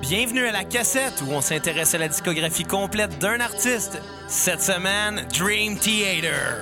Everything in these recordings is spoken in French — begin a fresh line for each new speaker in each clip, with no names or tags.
Bienvenue à la cassette où on s'intéresse à la discographie complète d'un artiste. Cette semaine, Dream Theater.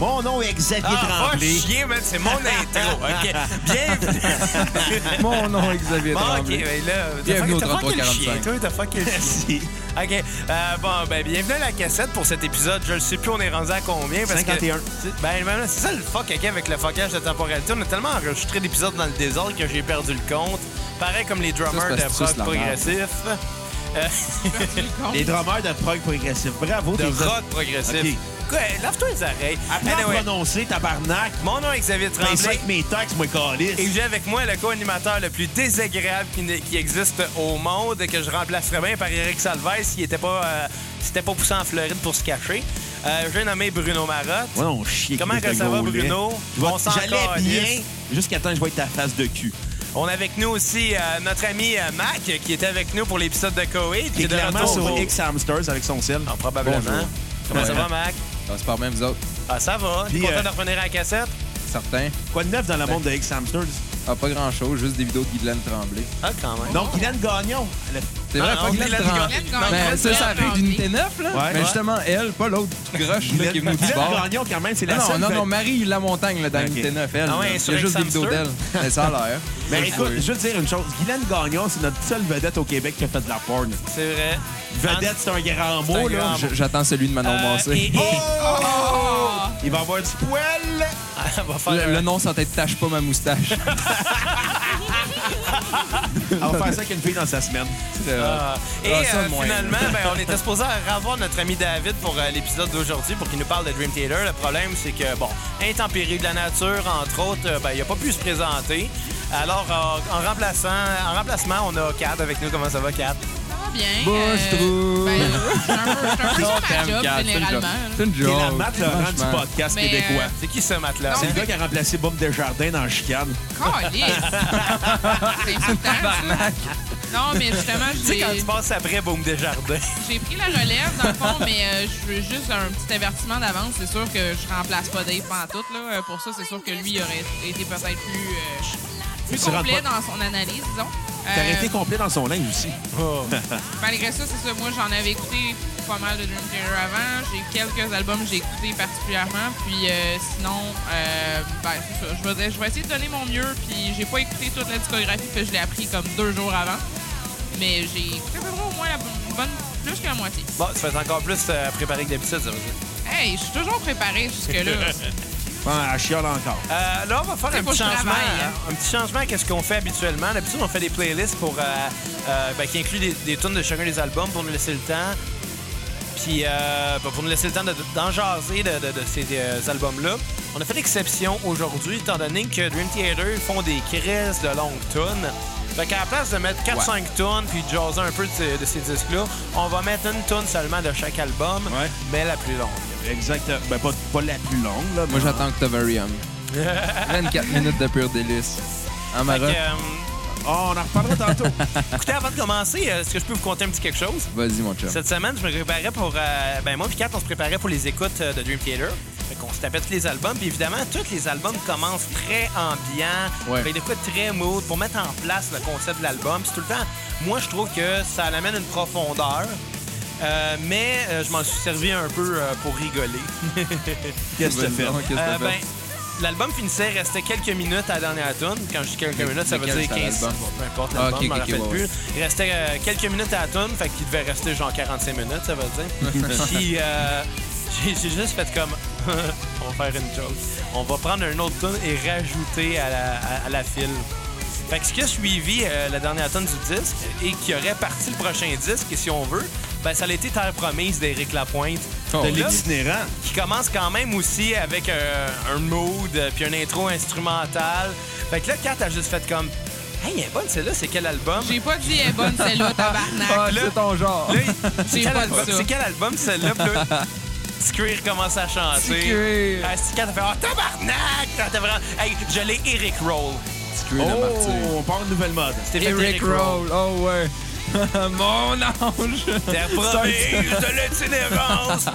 Mon nom est Xavier
Ah, va
Tremblay.
chier, man, c'est mon intro. OK. Bienvenue.
Mon nom est Xavier
Bon, OK,
Tremblay.
ben là,
Bienvenue au
t'as fucké le
33-45.
chien, toi, t'as fucké le chien.
Merci.
OK. Euh, bon, ben, bienvenue à la cassette pour cet épisode. Je ne sais plus, on est rendu à combien. Parce
51.
Que, ben, ben, c'est ça le fuck OK, avec le fuckage de temporalité. On a tellement enregistré d'épisodes dans le désordre que j'ai perdu le compte. Pareil comme les drummers
parce que
de
tu suces
rock
la
progressif. Euh,
Les drummers de prog progressif. Bravo.
de
t'es-
rock progressif.
OK. Ah,
Quoi, lave-toi les oreilles.
Après à
Anyway,
prononcer, tabarnak,
mon nom est Xavier
Ben,
Tremblay.
25 mes taxes, moi,
Et
calice.
j'ai avec moi le co-animateur le plus désagréable qui, ne- qui existe au monde, que je remplacerais bien par Eric Salves, qui n'était pas, euh, s'était pas poussé en Floride pour se cacher. Euh, j'ai nommé Bruno Marotte.
Moi, non, chier.
Comment
Christ
que
de
ça va,
gros lait.
Bruno?
Je vais-
On s'en
J'allais
calisse.
bien jusqu'à temps que je vois ta face de cul.
On a avec nous aussi euh, notre ami euh, Mac, qui était avec nous pour l'épisode de Koweït.
Qui est
de
clairement
retour
sur
au-
X Hamsters avec son sel.
Ah, probablement.
Bonjour.
Comment ça
Ouais.
va, Mac?
Ça se parle même, vous autres.
Ah, ça va. T'es
Puis,
content
euh,
de revenir à la cassette?
Certains.
Quoi de neuf dans le monde de
Ben.
X Hamsters?
Oh.
Ah, pas grand-chose, juste des vidéos de Guylaine Tremblay.
Ah, quand même.
Donc, Guylaine Gagnon. elle a-
C'est
Ah,
vrai,
non,
pas
Guylaine
Guylaine Tremblay.
Gagnon.
Ben,
Guylaine
ça, ça a fait
Tremblay.
d'unité 9, là.
Ouais.
Mais
Ouais.
justement, elle, pas l'autre groche là, qui est venue
Guylaine
du bord.
Gagnon, quand même, c'est
Non,
la seule.
non,
que-
non, Marie la montagne là, dans
Ok.
l'unité 9, elle.
Ah ouais,
là.
sur
Il y a juste des
Ex-Hamster.
vidéos d'elle. Mais ça a l'air.
Mais
Bien joué.
Ben, écoute, je veux te dire une chose. Guylaine Gagnon, c'est notre seule vedette au Québec qui a fait de la porn.
C'est vrai.
Vedette, c'est un grand mot,
un grand
là.
Je- j'attends celui de Manon
Euh, et-
Massé.
et-
Il va avoir du poil.
Ah, on va faire
Le,
un-
le nom, ça tête tâche pas ma moustache.
On va faire ça avec une fille dans sa semaine.
Ah. Et
Ah, ça,
euh,
moins.
finalement, ben, on était supposé revoir notre ami David pour euh, l'épisode d'aujourd'hui pour qu'il nous parle de Dream Theater. Le problème, c'est que, bon, intempéries de la nature, entre autres, euh, ben, il n'a pas pu se présenter. Alors, euh, en, remplaçant, en remplacement, on a Kat avec nous. Comment ça va, Kat?
Ça va bien.
Bouche
euh,
trou.
ben, je suis un peu- je suis un peu sur ma job,
Quatre, c'est une joke.
généralement. là.
C'est une
T'es
joke.
la Matt Laurent du
Franchement.
podcast
Mais,
québécois.
euh,
C'est qui ce matelas?
C'est le gars qui a remplacé Bob Desjardins dans Chicane.
Calisse. euh, C'est insultant, ça. Non, mais justement,
Tu sais, quand tu
j'ai-
passes après Boom Desjardins.
j'ai pris la relève, dans le fond, mais euh, je veux juste un petit avertissement d'avance. C'est sûr que je remplace pas Dave Pantoute. Là. Euh, Pour ça, c'est sûr que lui il aurait été peut-être plus, euh, plus
Tu rentres
complet
pas-
dans son analyse, disons.
T'as
Euh,
arrêté complet dans son linge aussi.
Malgré ça, c'est ça. Moi, j'en avais écouté pas mal de Dream Theater avant. J'ai quelques albums que j'ai écoutés particulièrement. Puis euh, sinon, euh, ben, c'est ça. Je vais, je vais essayer de donner mon mieux. Puis j'ai pas écouté toute la discographie, puis je l'ai appris comme deux jours avant. Mais j'ai écouté à peu près au moins la bonne, bonne- plus que la moitié.
Bon, tu fais encore plus euh, préparer que d'habitude, ça veut dire.
Hey, je suis toujours préparée jusque-là.
Ah, elle chiale encore.
Euh, là, on va faire
C'est
un
pour
petit,
le
changement,
travail,
hein. un petit changement à ce qu'on fait habituellement. D'habitude, on fait des playlists pour, euh, euh, ben, qui incluent des, des tunes de chacun des albums pour nous laisser le temps. Puis euh, ben, pour nous laisser le temps de- d'en jaser de, de- de ces euh, albums-là. On a fait l'exception aujourd'hui, étant donné que Dream Theater font des crises de longues tunes. Fait qu'à la place de mettre 4-5 tunes puis de jaser un peu de ces, de ces disques-là, on va mettre une tune seulement de chaque album,
Ouais.
mais la plus longue.
Exact. Ben, pas, pas la plus longue, là.
Moi, j'attends Octavarium. 24 minutes de pur délice. En
Fait que,
maroc,
euh,
Oh, on en reparlera tantôt.
écoutez, avant de commencer, euh, est-ce que je peux vous conter un petit quelque chose?
vas-y, mon chum.
Cette semaine, je me préparais pour. euh, ben, moi, puis Kat, on se préparait pour les écoutes euh, de Dream Theater. Fait qu'on se tapait tous les albums. Puis évidemment, tous les albums commencent très ambiant,
Ouais.
avec des quoi de très mood, pour mettre en place le concept de l'album. Puis c'est tout le temps, moi, je trouve que ça amène une profondeur. Euh, mais euh, je m'en suis servi un peu euh, pour rigoler.
Qu'est-ce que tu
Vas-y,
fais?
donc, Ah, Qu'est-ce que
Euh,
t'as
ben,
fait?
l'album finissait, restait quelques minutes à la dernière tune. Quand je dis quelques minutes, ça veut
Lequel
dire
c'est à
15
l'album?
Bon, peu importe
Ah,
l'album,
ok,
je m'en
ok,
rappelle
ouais,
plus. Il restait euh, quelques minutes à la tune, fait qu'il devait rester genre 45 minutes, ça veut dire. Puis euh, j'ai j'ai juste fait comme on va faire une joke. On va prendre un autre tune et rajouter à la, à- à la file. Fait que ce qui a suivi euh, la dernière tune du disque et qui aurait parti le prochain disque, si on veut, ben ça a été Terre promise d'Éric Lapointe.
Oh,
de
oui.
là,
L'itinérant.
qui commence quand même aussi avec euh, un mood euh, puis une intro instrumentale. Fait que là, Kat a juste fait comme Hey, elle est bonne celle-là, c'est quel album?
J'ai pas dit elle est bonne celle-là,
Ah,
tabarnak.
là-
c'est ton genre.
Là, il- c'est
J'ai
quel,
pas
album-
dit ça.
c'est quel album celle-là? Puis là, Squeer commence à chanter.
Squeer.
Ah, Squeer, t'as fait Oh, tabarnak! T'as- t'as vraiment. Hey, je l'ai Eric Roll.
Screw le
Oh,
martyr.
on part une nouvelle mode.
T'es fait
Eric Roll, oh ouais. Mon ange.
T'es promise de l'itinérance.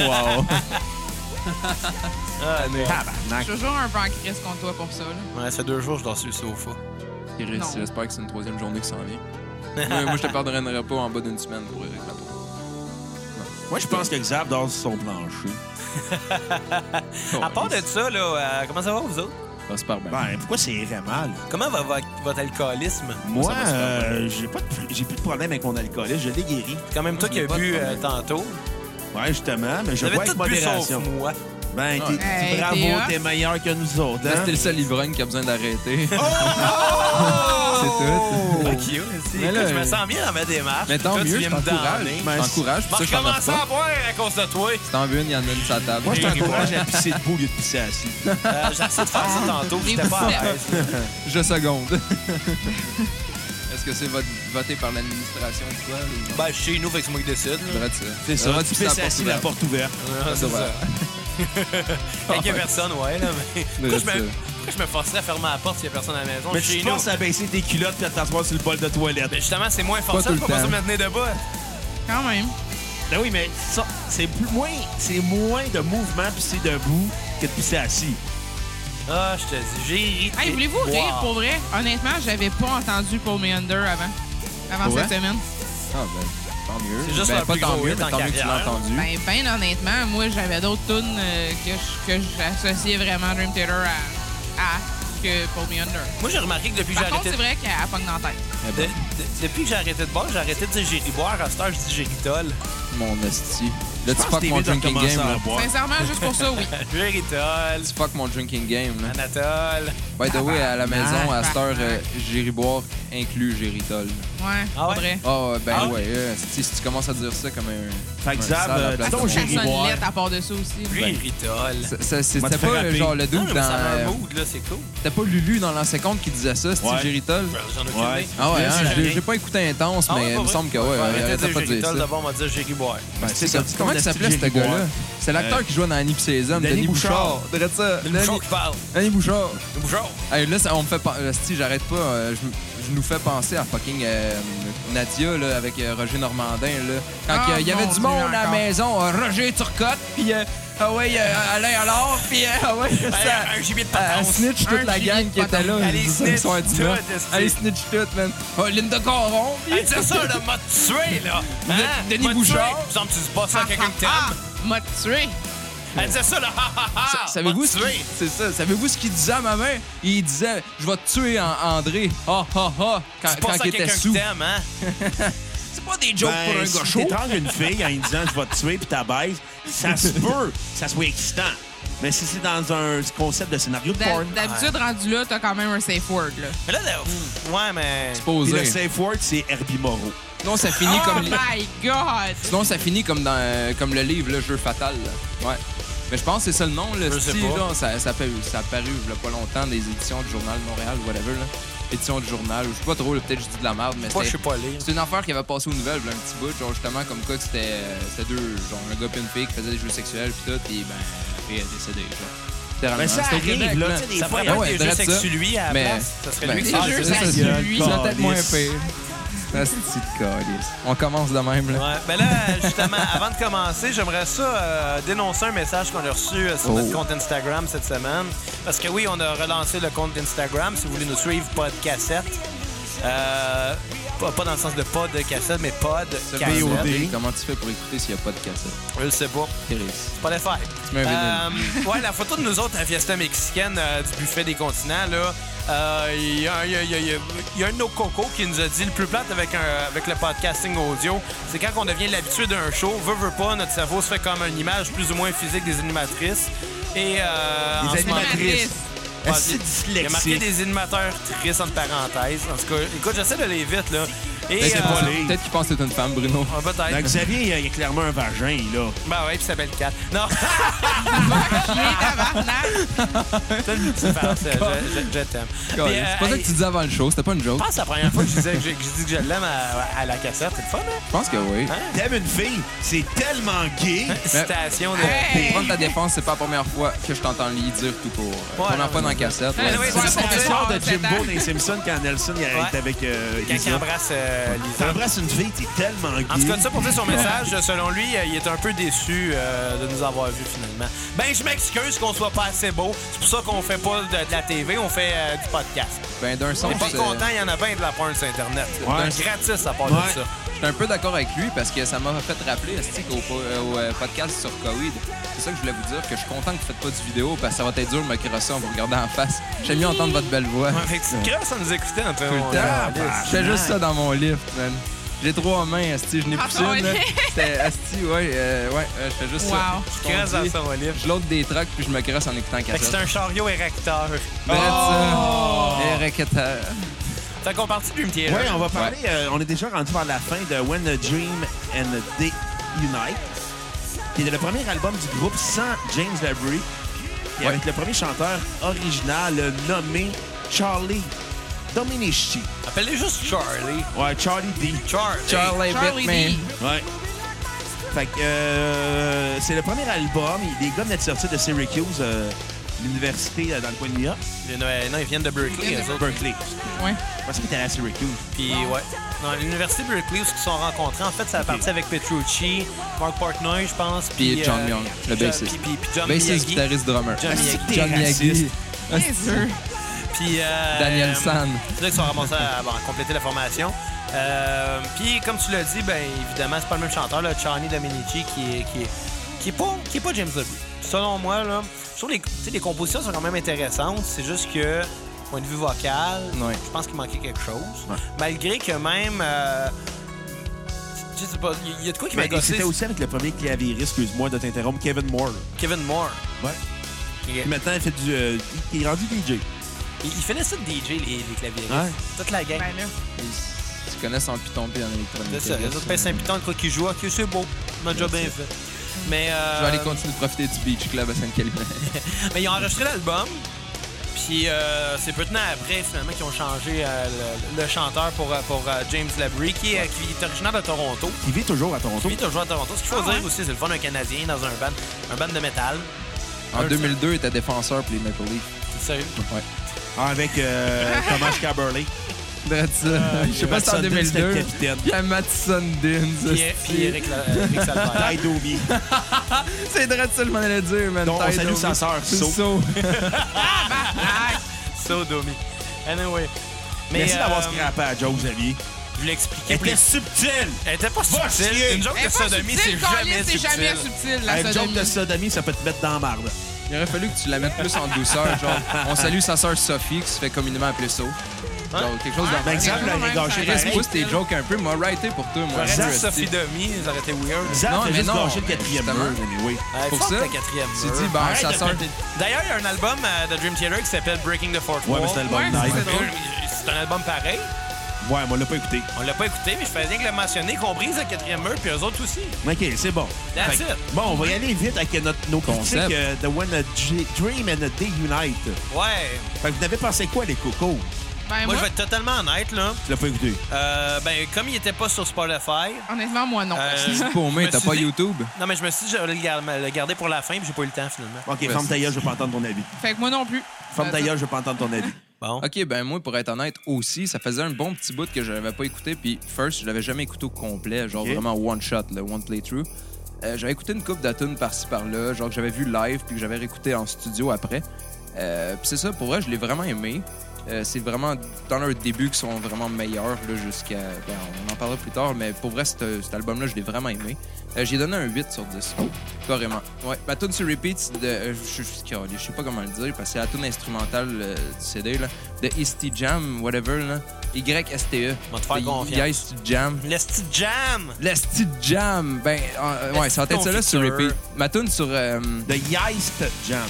Wow.
ah, mais.
Je suis toujours un peu en crise contre toi pour ça. Là.
Ouais, ça fait deux jours que je dors sur le sofa.
Chris,
Non.
j'espère que c'est une troisième journée qui s'en vient. moi, moi, je te pardonnerai pas en bas d'une semaine pour Eric Lapointe.
Moi, je pense que Xav dort sur son plancher.
À part de ça, là, euh, comment ça va, vous autres?
Oh, va super bien.
Ben, pourquoi c'est vraiment, là?
Comment va vo- votre alcoolisme?
Moi,
Ça va super
euh, j'ai pas de pr- j'ai plus de problème avec mon alcoolisme. Je l'ai guéri.
C'est quand même toi qui as
Pas de
bu euh,
problème.
tantôt.
Ouais, justement, mais je
Vous
bois
avez
avec
tout bu sauf
modération.
moi.
Ben, t'es-
Hey, t'es
bravo,
hot.
t'es meilleur que nous autres.
Là,
hein?
c'était le seul ivrogne qui a besoin d'arrêter.
Oh!
C'est tout.
Fuck you, Oh! c'est-
Mais là, euh,
écoute, je me sens bien dans ma démarche.
Mais tant
Toi, tu
mieux,
viens
je
me
t'encourage.
damner.
Je
Mais-
t'encourage,
Moi,
c'est ça que
je
je t'en
commence à
pas.
boire hein, à cause de toi.
Si t'en veux une, il y en a une sur la table.
Moi, je t'encourage à pisser debout au lieu de pisser assis.
Euh, J'ai essayé de faire ça tantôt,
Des
j'étais pas à
petits
l'aise.
Je seconde. Est-ce que c'est vote- voté par l'administration ou quoi? ou-
Ben, je suis chez nous, fait que c'est moi qui décide.
C'est
là.
vrai, ça.
C'est ça,
Droit de
tu
pisser à
pisses
la porte
assis, la
ouverte.
porte ouverte.
Ah, c'est ça.
ouvert.
Fait qu'il y a personne, ouais, là, mais... Pourquoi je,
c'est
me...
ça.
pourquoi je me forcerais à fermer la porte s'il y a personne à la maison?
Mais
Je suis
tu
chez nous.
penses à baisser tes culottes et à t'asseoir sur le bol de toilette.
Ben, justement, c'est moins
tout
forçant,
le
faut pas
temps.
se maintenir debout.
Quand même.
Ben oui, mais ça, c'est plus- moins, c'est moins de mouvement pisser debout que de pisser assis.
Ah, je te dis, j'ai ri.
Hey, voulez-vous
Wow.
rire pour vrai? Honnêtement, j'avais pas entendu Paul Meander avant. Avant
Pour
cette
vrai?
semaine.
Ah, ben, tant mieux.
C'est juste
ben,
leur
pas
plus
tant
gros
mieux,
hit
mais
en
tant mieux que tu l'as
carrière.
entendu.
Ben, ben honnêtement, moi, j'avais d'autres tunes euh, que je- que j'associais vraiment Dream Theater à, à que Paul Meander.
Moi, j'ai remarqué que depuis que
Par
j'ai
contre,
arrêté...
c'est vrai qu'elle pogne dans la tête.
Eh
de-
ben,
de- Depuis que j'ai arrêté de boire, j'ai arrêté de dire j'ai ri boire. À cette heure, je dis j'ai ritol.
ben, Mon esti.
Je
Là, tu
pense que
fuck
t'es
mon
mieux de
drinking game.
recommencer à
là.
boire.
Sincèrement, juste pour ça, oui.
J'ai ritol.
Tu fuck mon drinking game. là.
Anatole.
By the way, à la maison, à cette heure,
tabarnak.
Jerry Boire inclus Géritol.
Ouais,
Ah ouais?
pour vrai.
Ah, ben
Ah ouais?
ouais, euh, si si tu commences à dire ça comme un.
Fait que
Ouais,
Zab,
ça, la
euh, dis
place
donc,
de
j'ai ri
Personne
boire.
lettre à part de ça aussi.
J'ai ritol.
Ça- ça-
Moi,
C'était
tu fais
pas euh,
rapper.
genre le doute
Non, Ah,
dans.
mais ça a un
euh,
mood, là, c'est cool.
C'était pas Lulu dans l'ancien compte qui disait ça, c'était
Ouais.
Géritol.
J'en ai aucune
Ouais.
idée.
Ah ouais,
Je
hein,
sais
j'ai
rien.
j'ai pas écouté intense,
Ah ouais,
mais il
pas
me
vrai?
semble que ouais,
Faut
ouais,
arrêter de
arrêtez
dire
pas de
j'ai
dire
ritol,
ça.
d'abord, on va dire j'ai ri boire.
Ben,
C'est
c'est
ça,
ça.
c'est
Comment
comme
il
la
s'appelait
petite
ce
Jerry
gars-là?
Boire.
C'est l'acteur qui jouait dans Annie pis ses hommes,
Denis
Denis
Bouchard.
Bouchard. Drette ça.
Ben,
Le bouchon
Denis-
qui parle.
Denis Bouchard.
Le bouchon.
Hey, là, ça, on me fait penser. Si j'arrête pas, euh, je, m- je nous fais penser à fucking euh, Nadia là, avec euh, Roger Normandin. Là. Quand
Ah,
euh, il y avait
mon
du
Dieu,
monde à la
encore.
maison, euh, Roger Turcotte, puis euh, ah ouais, euh, Alain alors, puis euh, ah ouais, ça.
Un gibier de
à- à
patence.
snitch
Un
toute la
gilet
gang
de
qui était là.
patente.
Allez,
le
snitch
soir du
tout,
match.
esti.
Allez, snitch toute, man. Oh, Linda Coron, puis
Hey, c'est ça, là, m'a tué, là. Hein?
Denis
M'a tué.
Bouchard. Ah,
Il me semble que tu dis pas ça à quelqu'un que t'aimes.
Ben, M'a tué.
Elle disait ça, là, ha, ha, ha.
Sa- ah. Savez-vous
M'a
ce
tué.
qu'il- c'est ça. Savez-vous ce qu'il disait à ma mère? Il disait, je vais te tuer, en- André. Ah ah ah. Quand,
C'est
quand
pas ça à
il était
quelqu'un
sous.
que t'aimes, hein?
C'est pas des
Ben,
jokes pour un gars
si
chaud.
t'étrangles une fille en lui disant je vais te tuer puis t'as baise, ça se peut, que ça soit excitant. Mais si c'est dans un concept de scénario de
D'hab-
porn,
D'habitude, rendu là, t'as quand même un safe word, là.
Mais là, là, pff, ouais, mais...
puis
Posé.
le safe word, c'est Herbie Moreau.
Sinon, ça finit
oh
comme.
my God!
Sinon, ça finit comme dans euh, comme le livre, le jeu fatal. là. Ouais. Mais je pense que c'est ça le nom, le
Je sais
style.
pas.
Genre, ça, ça, a paru, ça a paru il y a pas longtemps des éditions du Journal de Montréal, whatever. Là. Édition du Journal, ou je sais pas trop, là, peut-être je dis de la merde, mais
Moi, je
c'était.
sais pas lire.
C'est une affaire qui avait passé aux nouvelles, là, un petit bout, genre justement comme quoi que c'était euh, c'était deux, genre un gars et une fille qui faisaient des jeux sexuels puis tout, puis ben la fille est décédée, genre.
Mais ça
C'était au Québec,
arrive, là, tu sais, des
Ça
fois,
pourrait
ben
pas
ouais,
être des jeux
drette ça.
sexuels, lui, à la
Mais-
place. Ça serait
ben,
lui qui
Des
sort,
jeux
c'est ça.
sexuels.
gueule,
lui.
C'est
calice.
peut-être moins pire. Ah, c'est de calice. On commence de même, là.
Ouais. Ben là, justement, avant de commencer, j'aimerais ça euh, dénoncer un message qu'on a reçu euh, sur
Oh.
notre compte Instagram cette semaine. Parce que oui, on a relancé le compte Instagram. Si vous voulez nous suivre, pas de cassette. Euh, pas, pas dans le sens de pas de cassette, mais pas de
Ce
cassette.
VOD, Comment tu fais pour écouter s'il n'y a pas de cassette?
Je le sais pas.
Chris.
Pas les faire.
Tu mets un
Euh, ouais, la photo de nous autres à la Fiesta mexicaine euh, du buffet des continents, là. euh, Il y, a- il y a- il y a- il y a- il y a un de nos cocos qui nous a dit le plus plate avec, un- avec le podcasting audio, c'est quand on devient l'habitude d'un show, veut, veut pas, notre cerveau se fait comme une image plus ou moins physique des animatrices. Et euh,
Des
en ce moment-
animatrices.
Ah,
C'est
Il y a marqué
dyslexique.
des animateurs tristes entre parenthèses. En tout cas, écoute, j'essaie de les vite, là. Et,
Ben,
Mais c'est
euh,
pas laid.
Peut-être qu'il pense que c'est une femme, Bruno.
ah, peut-être.
Donc, Xavier, il a, il a clairement un vagin, là.
Ben ouais, puis ça s'appelle Kat. Non,
Chien, tabarnak.
t'as une petite farce. euh, je je- je t'aime. Puis,
C'est
euh,
pas ça que
hey,
tu disais avant le show, c'était pas une joke.
Je pense que c'est la première fois que je disais que je, que je dis que je l'aime à, à la cassette. C'est le fun, hein?
Je pense que oui.
Hein?
T'aimes une fille, c'est tellement gay.
Citation de.
Hey!
Prendre ta défense, c'est pas la première fois que je t'entends lui dire tout court. Première fois dans la cassette.
Ouais,
ouais.
ouais,
C'est la
ça, c'est
confession
ça,
de
c'est
Jimbo
ça.
dans les Simpsons quand Nelson il arrête
Ouais.
avec euh,
Quand il
Lisa.
embrasse euh, Lisa.
T'embrasses une fille, t'es tellement gay.
En tout cas, ça pour dire son message, selon lui, euh, il est un peu déçu euh, de nous avoir vus finalement. Ben, je m'excuse qu'on soit pas assez beau. C'est pour ça qu'on fait pas de, de la TV, on fait euh, du podcast.
Ben, d'un son,
On est pas
c'est-
content, il y en a bien de la porn sur Internet.
Ouais.
C'est gratis à part
Ouais.
de ça.
J'étais un peu d'accord avec lui parce que ça m'a fait rappeler esti, qu'au po- euh, au, euh, podcast sur COVID. C'est ça que je voulais vous dire, que je suis content que vous faites pas du vidéo parce que ça va être dur de me crosser en vous regardant en face. J'aime mieux entendre votre belle voix.
Ouais, fait que tu creuses, ça nous écoutait un peu.
Tout le
on-
Ah,
temps. bah,
on-
Je fais juste ça dans mon livre, man. J'ai trois mains, Asti, je n'ai
Ah,
plus une. là.
ouais.
C'était Asti, ouais, euh, ouais, euh, je fais juste ça.
Wow.
Je
Tu creuses dans
conduis,
ça, mon livre.
Je l'autre des trucks puis je me crasse en écoutant
Fait que c'est
cassette.
un chariot érecteur.
Drette
Oh!
ça. Érecteur.
Fait qu'on partit du Teaser.
Ouais, on va parler. euh, on est déjà rendu vers la fin de When a Dream and a Day Unite, qui est le premier album du groupe sans James Labrie, et
Ouais.
avec le premier chanteur original euh, nommé Charlie Dominici.
Appelez juste Charlie.
Ouais, Charlie D.
Charlie.
Charlie
Charlie
Batman.
D.
Ouais. Fait que euh, c'est le premier album. Les gars venaient de sortir de Syracuse, euh, l'université euh, dans le coin de New York,
Les- Non, ils viennent de Berkeley, eux autres.
Berkeley.
Ouais.
Je pensais qu'ils étaient allés à Syracuse.
Puis, ouais. Dans l'université Berkeley, où ils se sont rencontrés, en fait, ça a parti avec Petrucci, Mark Portnoy, je pense.
Puis John
euh,
Young, le
John-
bassiste.
Puis, puis- puis John
Bassiste,
Miyagi.
guitariste, drummer.
John
Est-ce que
Miyagi.
t'es
John Miyagi.
raciste?
Bien sûr.
Puis, euh,
Daniel San.
C'est là qu'ils sont ramassés à, bon, à compléter la formation. Euh, puis, comme tu l'as dit, ben évidemment, c'est pas le même chanteur, là, Charlie Dominici, qui est, qui est, qui est pas, qui est pas James Dudley. Selon moi, là, je trouve les, tu sais, les compositions sont quand même intéressantes. C'est juste que, point de vue vocal,
Ouais.
je pense qu'il manquait quelque chose. Malgré que même, euh, je sais pas, il y a de quoi qui m'a
Mais
gossé.
c'était Ben, aussi avec le premier clavieriste, excuse-moi de t'interrompre, Kevin Moore.
Kevin Moore.
Ouais.
Il,
Puis maintenant, il fait du. euh, il est rendu DJ.
il- il finissait de DJ, les, les claviers.
Ouais.
Toute la gang.
Ben là.
Tu connais son python bien en électronique.
C'est ça. Les autres pèsent un piton de quoi qu'ils jouent. Ok, c'est beau. Mon job bien fait. Mais, euh,
Je vais aller continuer de profiter du Beach Club à Sainte-Calimère.
mais ils ont enregistré l'album. Puis euh, c'est peu de temps après, finalement, qu'ils ont changé euh, le, le chanteur pour, euh, pour euh, James Labrie, qui, est- qui est originaire de Toronto.
Il vit toujours à Toronto.
Lui, il a joué à Toronto. Ce qu'il faut
Ah ouais?
dire aussi, c'est le fun d'un Canadien dans un band, un band de métal.
En 2002, il était défenseur pour les Maple Leafs.
Sérieux.
Ouais.
Avec euh, Thomas Caberlet.
Drette ça. Je sais pas si c'est en
Matt Sundin, c'était le
2002.
capitaine.
Il y a Matt Sundin. ça,
Puis, puis euh,
c'est-
Eric, la- Eric Salvaire.
Ty Domi.
C'est drette ça, je m'en allais dire, man.
Donc, on
Taille
salue
d'eau.
sa sœur,
C'est
So.
So.
So dummy. Anyway. Mais,
Merci d'avoir
euh,
scrappé à Joe Xavier. Euh,
Je vous l'expliquais. plus-
subtile.
Elle était pas
Va
subtile.
chier.
Une joke
Eh,
de
pas
sodomie, c'est
subtil, Colin,
jamais
C'est jamais
subtil.
subtil, la
Un joke
sodomie.
de sodomie, ça peut te mettre dans la marde.
Il aurait fallu que tu la mettes plus en douceur. Genre, on salue sa sœur Sophie, qui se fait communément appeler So. Genre, quelque chose
Ouais,
dans
Par exemple,
Ouais,
elle est
ouais,
gâchée
ouais.
Chris,
Ah, ben, pareil.
pousse tes jokes un peu. Moi, writer pour toi, moi.
J'aurais dit
Esti.
Sophie Demi, ça aurait été weird.
Zach
Non,
a
mais
juste
non,
gâché le quatrième
justement.
mur, anyway.
Ouais,
Pour
fuck
ça,
la quatrième.
Tu
heure.
dis, ben,
Arrête
sa
de
sœur.
péter-
bah. D'ailleurs, il y a un album euh, de Dream Theater qui s'appelle Breaking the Fourth
Ouais,
Wall.
mais c'était le bon
Ouais,
night.
c'est drôle.
C'est un album pareil.
Ouais, moi, on l'a pas écouté.
On l'a pas écouté, mais je faisais rien que le mentionner, qu'on brise le quatrième mur, puis eux autres aussi.
OK, c'est bon.
That's
Fait que-
it.
Bon, on va y aller vite avec notre, nos critiques
Concept.
euh, de When a G- Dream and a Day Unite.
Ouais.
Fait que vous n'avez pensé quoi, les cocos?
Moi,
Ben moi,
je vais être totalement honnête, là.
Tu l'as pas écouté.
Euh, ben, comme il était pas sur Spotify.
honnêtement, moi, non.
euh,
Pour moi,
je me
t'as
suis
pas
dit-
YouTube.
Non, mais je me suis dit, je vais le gar- le garder pour la fin, puis j'ai pas eu le temps, finalement.
OK,
Ouais,
ferme ta
c'est-
gueule, je veux pas entendre ton avis.
Fait que moi non plus.
Ferme ta
Ben,
gueule, je veux pas entendre ton avis.
Bon.
Ok, ben moi, pour être honnête aussi, ça faisait un bon petit bout que je n'avais pas écouté. Puis, first, je l'avais jamais écouté au complet, genre
Ok.
vraiment one shot, le one playthrough. Euh, j'avais écouté une coupe d'atunes par-ci par-là, genre que j'avais vu live puis que j'avais réécouté en studio après. Euh, puis c'est ça, pour vrai, je l'ai vraiment aimé. Euh, c'est vraiment dans leur début qui sont vraiment meilleurs là, jusqu'à. Ben, on en parlera plus tard, mais pour vrai, cet, cet album-là, je l'ai vraiment aimé. Euh, j'ai donné un 8 sur 10. Carrément. Ouais. Ma tune sur repeat de. euh, je, je- je sais pas comment le dire, parce que c'est la tune instrumentale euh, du CD, là. De Easty Jam, whatever, là. YSTE.
On va te faire
E. Y-
confiance.
Yeasty Jam.
L'esti de jam!
L'Esti Jam. Ben, euh, ouais,
Esti
ça va être ça là sur
confiture.
repeat. Ma tune sur. euh,
The Yeist Jam.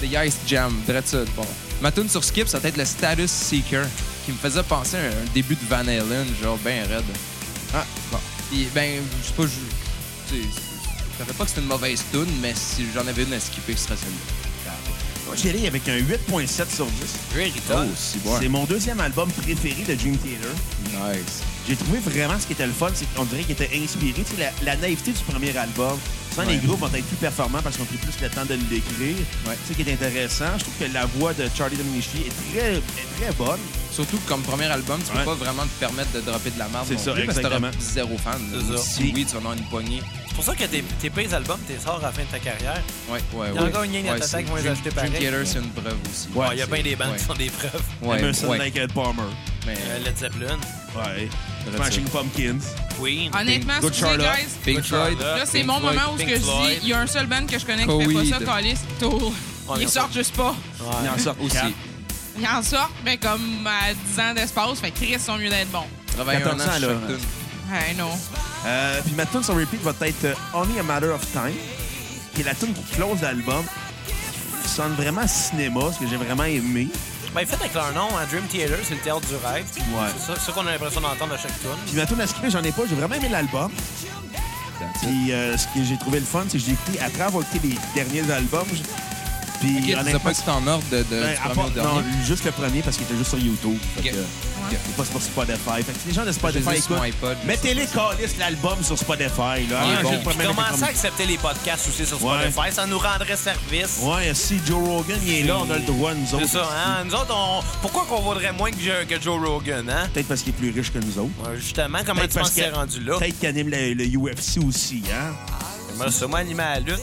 The Ice Jam, drette ça, bon. Ma tune sur Skip, ça va être le Status Seeker, qui me faisait penser à un début de Van Halen, genre ben raide.
Ah, bon.
Puis, ben, je sais pas, je. Tu sais, je savais pas que c'était une mauvaise tune, mais si j'en avais une à skipper, ce serait celle-là.
Moi, j'y allais avec un 8.7 sur 10.
Véritable.
c'est
C'est mon deuxième album préféré de Dream Theater.
Nice.
J'ai trouvé vraiment ce qui était le fun, c'est qu'on dirait qu'il était inspiré. Tu sais, la, la naïveté du premier album. Souvent, les
Ouais.
groupes vont être plus performants parce qu'on a pris plus le temps de l'écrire.
Ouais.
C'est Ce qui est intéressant, je trouve que la voix de Charlie Dominici est très, est très bonne.
Surtout que comme premier album, tu
Ouais.
peux pas vraiment te permettre de dropper de la merde.
C'est
non
ça,
plus, parce que t'auras
exactement.
zéro fan.
C'est ça.
Si oui, tu vas en avoir une poignée.
C'est pour ça que tes, tes pays albums, t'es sort à la fin de ta carrière.
Ouais, ouais, ouais.
Il y a encore une ligne d'attaque,
c'est-
moi, les
Dream-
acheter
Dream
pareil.
Theater, c'est une preuve aussi.
Ouais, il y a
c'est-
bien des bandes qui
ouais.
sont des preuves.
Ouais,
Emerson,
ouais.
Lake and Palmer.
Mais,
Euh, Led Zeppelin,
Ouais.
Vrai
Smashing Pumpkins.
Queen,
Honnêtement,
Good
excusez,
Charlotte.
guys.
Pink
Good
Floyd.
Charlotte.
Là, c'est
Pink
mon
Floyd,
moment où ce
Pink
que je dis,
Floyd.
il y a un seul band que je connais qui fait pas ça,
Coheed.
Calis, Tour.
On est
Ils sortent juste pas.
Il
Ouais.
en sort
Aussi.
aussi.
Ils en sortent, mais comme à 10 ans d'espace, fait que Chris, ils sont mieux d'être bons.
Travaille un an
14 ans,
sur
là.
chaque tune.
Hey, non.
Euh, puis ma tune sur repeat va être euh, Only a Matter of Time, qui est la tune qui close l'album. qui sonne vraiment cinéma, ce que j'ai vraiment aimé.
Ben, fait avec leur nom, hein, Dream Theater, c'est le théâtre du rêve.
Ouais.
C'est ça, c'est ça qu'on a l'impression d'entendre à chaque tour.
Puis ma tune à skipper, j'en ai pas. J'ai vraiment aimé l'album.
That's it.
Puis euh, ce que j'ai trouvé le fun, c'est que j'ai écouté, après avoir écouté les derniers albums, je- puis
Ok, Tu sais
honnêtement,
pas que c'est en ordre de, de,
ben,
du
à
premier
part-
au
non,
dernier.
juste le premier parce qu'il était juste sur YouTube. Fait
Ok.
que,
Ok.
c'est pas sur Spotify. Fait que les gens de
Je les
Spotify
ai sur mon
écoutent.
iPod. je
Mettez-les, câlisse, l'album sur Spotify. Là.
Il est
Arrangez
bon.
le premier
Puis
avec
commencer
comme-
Ah, à accepter les podcasts aussi sur
Ouais.
Spotify, ça nous rendrait service.
Ouais, si Joe Rogan il est là, on a le droit, nous autres.
C'est ça, hein? Nous autres, on... pourquoi qu'on vaudrait moins que, Jo- que Joe Rogan, hein?
Peut-être parce qu'il est plus riche que nous autres.
Ouais, Justement, comment tu
Peut-être
penses
parce
qu'il est
que-
rendu là?
Peut-être qu'il anime le, le UFC aussi, hein?
Il m'a sûrement animé à la lutte.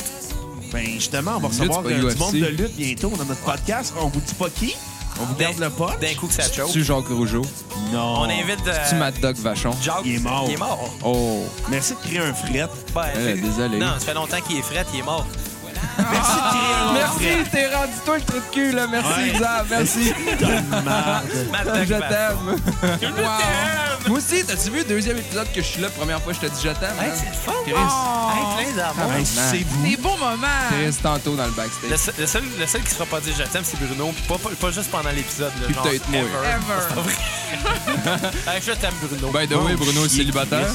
Ben justement, on va
Lutte,
recevoir
c'est pas
euh, du
UFC.
monde de lutte bientôt dans notre podcast. On vous dit pas qui. On
Ben,
vous garde le pot.
D'un coup que ça choke.
Tu Jacques Rougeau.
Non.
On invite euh,
Tu Mad Dog Vachon.
Jacques.
Il est mort.
Il est mort.
Oh.
Merci de créer un fret.
Ben,
Euh,
c'est-
désolé.
Non, ça fait longtemps qu'il est fret, il est mort. Ah.
Merci, t'es rendu toi le truc de cul, là. Merci,
Ah, Ouais.
Xav. Merci.
Dommage.
Matt ben.
Je
Duckman.
t'aime.
Wow.
Moi aussi, t'as-tu vu le deuxième épisode que je suis là, première fois, je te dis je t'aime? hein?
Hey,
man?
c'est le fun. Ah! Hey,
Chris.
plein d'amour.
Ben, c'est vous.
Des beaux moments.
Chris, tantôt dans le backstage.
Le seul, le, seul, le seul qui se fera pas dire je t'aime, c'est Bruno, puis pas, pas, pas juste pendant l'épisode. là,
Puis
genre,
peut-être moi.
Ever.
Hey, je t'aime, Bruno.
By the way, Bruno est célibataire.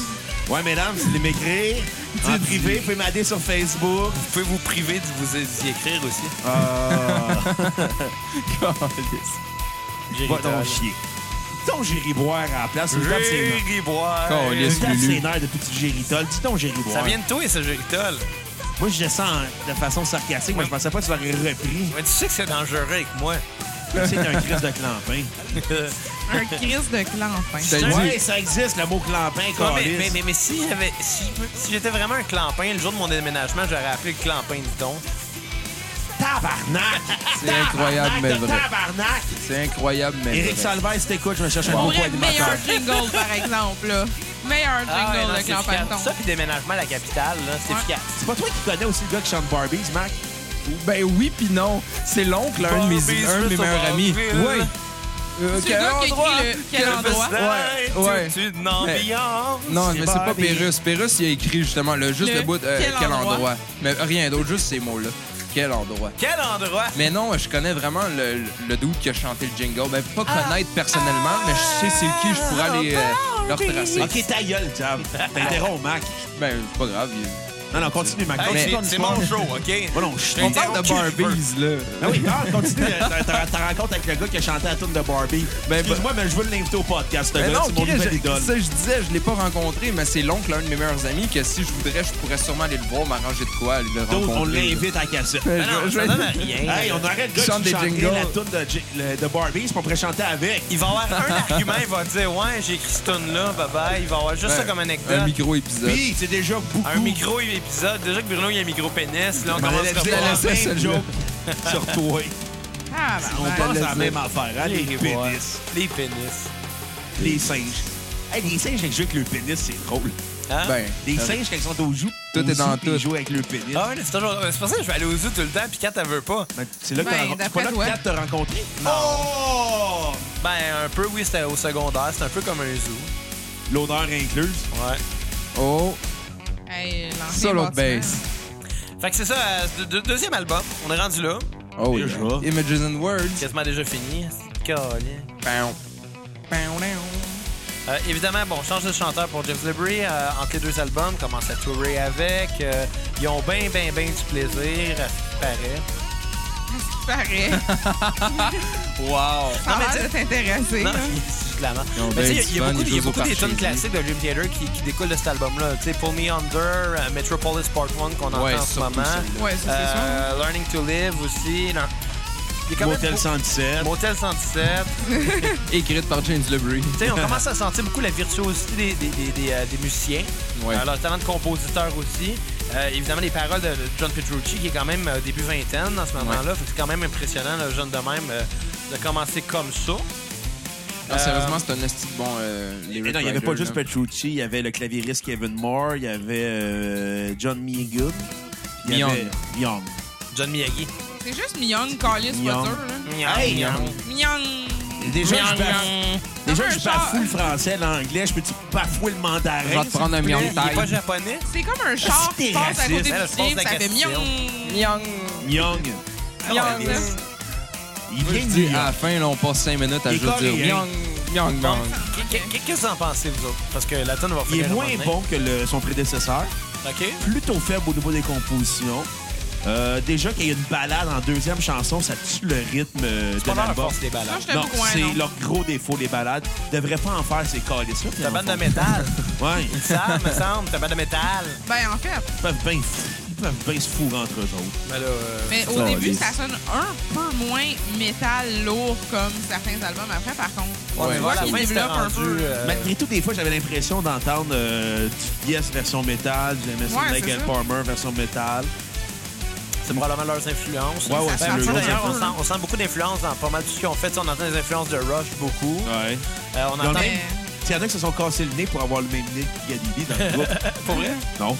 Ouais, mesdames, vous voulez m'écrire. En privé, vous pouvez m'aider sur Facebook.
Vous pouvez vous priver de vous y écrire aussi. J'ai
Va donc chier. Donc, j'irai boire à la place. Je tape ses nerfs.
Calisse.
Boy.
Je tape
Lulu.
ses nerfs depuis que Géritol. Dis donc, Géribol.
Ça vient de toi, ce Géritol.
Moi, je le sens en- de façon sarcastique. Moi, je pensais pas que tu l'aurais repris.
Mais tu sais que c'est dangereux avec moi.
C'est un crise de clampin.
Un Chris de clampin.
T'as dit-
Ouais, ça existe, le mot clampin,
Ouais, mais,
câlisse.
mais, mais, mais si j'avais si, si j'étais vraiment un clampin, le jour de mon déménagement, j'aurais appelé le clampin du ton.
Tabarnak!
C'est incroyable, mais
Tabarnak de
vrai.
Tabarnak!
C'est incroyable, mais.
Éric
vrai.
Salvaise, t'écoutes, je me cherche un
Pour
nouveau
vrai, meilleur
animateur.
jingle, par exemple, là. Meilleur jingle
Ah, ouais, non,
de
c'est
clampin
efficace. Ça, puis déménagement à la capitale, là, c'est
Ouais.
efficace.
C'est pas toi qui connais aussi le gars qui chante Barbies, Mac?
Ben oui, pis non. C'est l'oncle, un de mes,
Barbies,
un de mes
Mr.
meilleurs amis.
Barbies.
Oui. Euh,
C'est le gars qui a écrit le- quel endroit?
Hey, tu-
ouais.
tu- une
Mais-
ambiance.
Non, mais c'est pas
Barbies.
Pérus. Pérus, il a écrit justement le, juste
Le
le, bout de euh,
quel
quel,
endroit?
endroit. Mais rien d'autre, juste ces mots-là. Quel endroit.
Quel endroit?
Mais non, je connais vraiment le, le dude qui a chanté le jingle. Ben, pas connaître personnellement, mais je sais c'est qui, je pourrais aller euh, le retracer.
Ok, ta gueule, Jam. T'interromps, Mac.
Ben, c'est pas grave. il-
Non, non, continue, Mac.
Hey,
Continue
c'est-
ton
c'est
histoire.
mon show, OK?
Bon, non, je suis
On
On parle de
Interrompt qui je
Barbies, là.
Ah oui, parle, continue ta, ta- ta rencontre avec le gars qui a chanté la tune de Barbie.
Ben,
Excuse-moi, mais je veux l'inviter au podcast, ce
Mais
gars.
Ben non,
C'est mon
Chris,
nouvel
je-
idole.
ça, je disais, je l'ai pas rencontré, mais c'est l'oncle, un de mes meilleurs amis, que si je voudrais, je pourrais sûrement aller le voir, m'arranger de quoi, aller le
D'autres,
rencontrer.
on l'invite à la cassette.
Ben,
Mais non,
je- je-
ça donne à rien.
Hey, on arrête le gars
Chante
qui
des
chanterait
jingles.
la tune de, J- le- de Barbie, c'est qu'on pourrait chanter avec.
Il va y avoir un argument, il va dire Ouais, j'ai écrit cette tune-là, bye bye. Il va y avoir juste ça
Ben,
comme anecdote.
Un micro-épisode.
Puis, c'est déjà beaucoup.
Un micro-épisode. Déjà que Bruno, il y a un micro-pénis. Là, on
Ben,
commence
je l'ai
à
laissé.
Même
c'est le
joke sur toi.
Ah, ben,
On
ben.
pense à la
laissé.
même affaire, hein, les
Les rois.
pénis.
Les pénis.
Les singes. Hey, les singes, quand ils jouent avec le pénis, c'est drôle.
Hein?
Ben,
Les
euh,
singes, quand ils sont au joue,
Tout est dans tout.
Ils jouent avec le pénis.
Ah ouais, c'est toujours. C'est pour ça que je vais aller aux zoo tout le temps, puis Kat, elle veut pas.
Ben, C'est là que
Ben,
t'as- c'est pas
d'après
là
toi.
que Kat t'a rencontré?
Oh!
Non!
Ben, un peu, oui, c'était au secondaire. C'est un peu comme un zoo.
L'odeur incluse.
Ouais.
Oh,
Hey, l'ancien
solo
bâtiment.
bass.
Fait que c'est ça, euh, deux- deux- deuxième album. On est rendu là.
Oh,
Déjà.
yeah. Images and Words.
Quasiment déjà fini. C'est calé.
Pow.
Euh, évidemment, bon, change de chanteur pour Jeff Libri euh, entre les deux albums, commence à tourer avec. euh, ils ont bien, bien, bien du plaisir, à ce qui paraît.
Pareil.
Wow!
Ça a l'air de t'intéresser.
Non,
là.
c'est de la merde.
Ils ont
Mais
bien
tu sais,
du
il y a
fun,
beaucoup,
ils
il y a
jouent au
beaucoup des
parché.
tonnes classiques de Dream Theater qui, qui découlent de cet album-là. Tu sais, Pull Me Under, euh, Metropolis Part 1 qu'on entend
Ouais,
en ce
surtout
moment.
celui-là.
Ouais, ça, hein? c'est ça.
Euh, Learning to Live aussi. Non. Il y a quand même
Motel
beaucoup-
117.
Motel 117.
Écrite par James Lebrie.
Tu sais, on commence à sentir beaucoup la virtuosité des, des, des, des, euh, des musiciens,
Ouais.
euh, leur talent de compositeur aussi. Euh, évidemment, les paroles de John Petrucci, qui est quand même euh, début vingtaine dans ce moment-là. Fait que C'est quand même impressionnant, le jeune de même, euh, de commencer comme ça.
Non, sérieusement, c'est un esti de bon. Euh,
Mais
lyric
non, il n'y avait pas
writer,
juste
là.
Petrucci, il y avait le clavieriste Kevin Moore, il y avait euh, John Meagan. il y avait- Young.
John Miyagi.
C'est juste Myung, Callis,
Myung.
Potter. là.
Hey,
hein? Myung.
Déjà, je
Myung, myung.
bafoue- déjà,
Comme
je
un genre-
bafoue le français, l'anglais. Je peux-tu bafouer le mandarin?
Je vais te prendre un
Il
million de
est pas
taille.
japonais?
C'est comme un char
C'est
qui passe à
Ah, Elle,
raciste.
côté du pied,
elle se pose
puis
la
ça fait
question.
Myung.
Young.
Young.
Ah
Myung. là.
Il
Moi, je
vient de
dis,
New
à la
York.
fin, là, on passe 5 minutes à
Il est
juste dire
coréen.
Young, Young,
Bon,
Young.
qu'est- qu'est- qu'est-ce que vous en pensez, vous autres? Parce que la tonne va faire
Il est moins bon que le- son prédécesseur.
OK?
plutôt faible au niveau des compositions. Euh, déjà qu'il y a une balade en deuxième chanson, ça tue le rythme euh, de
Pas mal la
l'album.
force des balades.
Moi, je
Non,
t'avoue que ouais,
c'est
non.
leur gros défaut, les balades. Devraient pas en faire ces calices-là.
Ta bande de métal.
Ouais,
Ils savent, me semble. Ta bande de métal.
Ben, en fait,
ils peuvent bien ils peuvent bien se fourrer entre eux autres.
Mais là, euh,
mais au
Oh,
début,
les-
ça sonne un peu moins métal lourd comme certains albums. Après, par contre,
on
Ouais,
va à la
ils
fin, c'était
développent un
rendu...
peu.
euh,
Malgré tout, des fois, j'avais l'impression d'entendre euh, du Yes version métal, du Emerson
Ouais, c'est
Lake and
ça.
Palmer version métal.
C'est probablement leurs influences. Ben,
Ouais, ouais,
Ça
c'est
sent
le
ça,
gros
D'ailleurs, on
influence.
sent, on sent beaucoup d'influences dans pas mal tout ce qu'on fait. Tu sais, On entend des influences de Rush beaucoup.
Ouais.
Euh, on
Ils ont
entend...
le
Mais-
même- Il y en a qui se sont cassés le nez pour avoir le même nez que Galilée dans le groupe.
Pour vrai?
Non.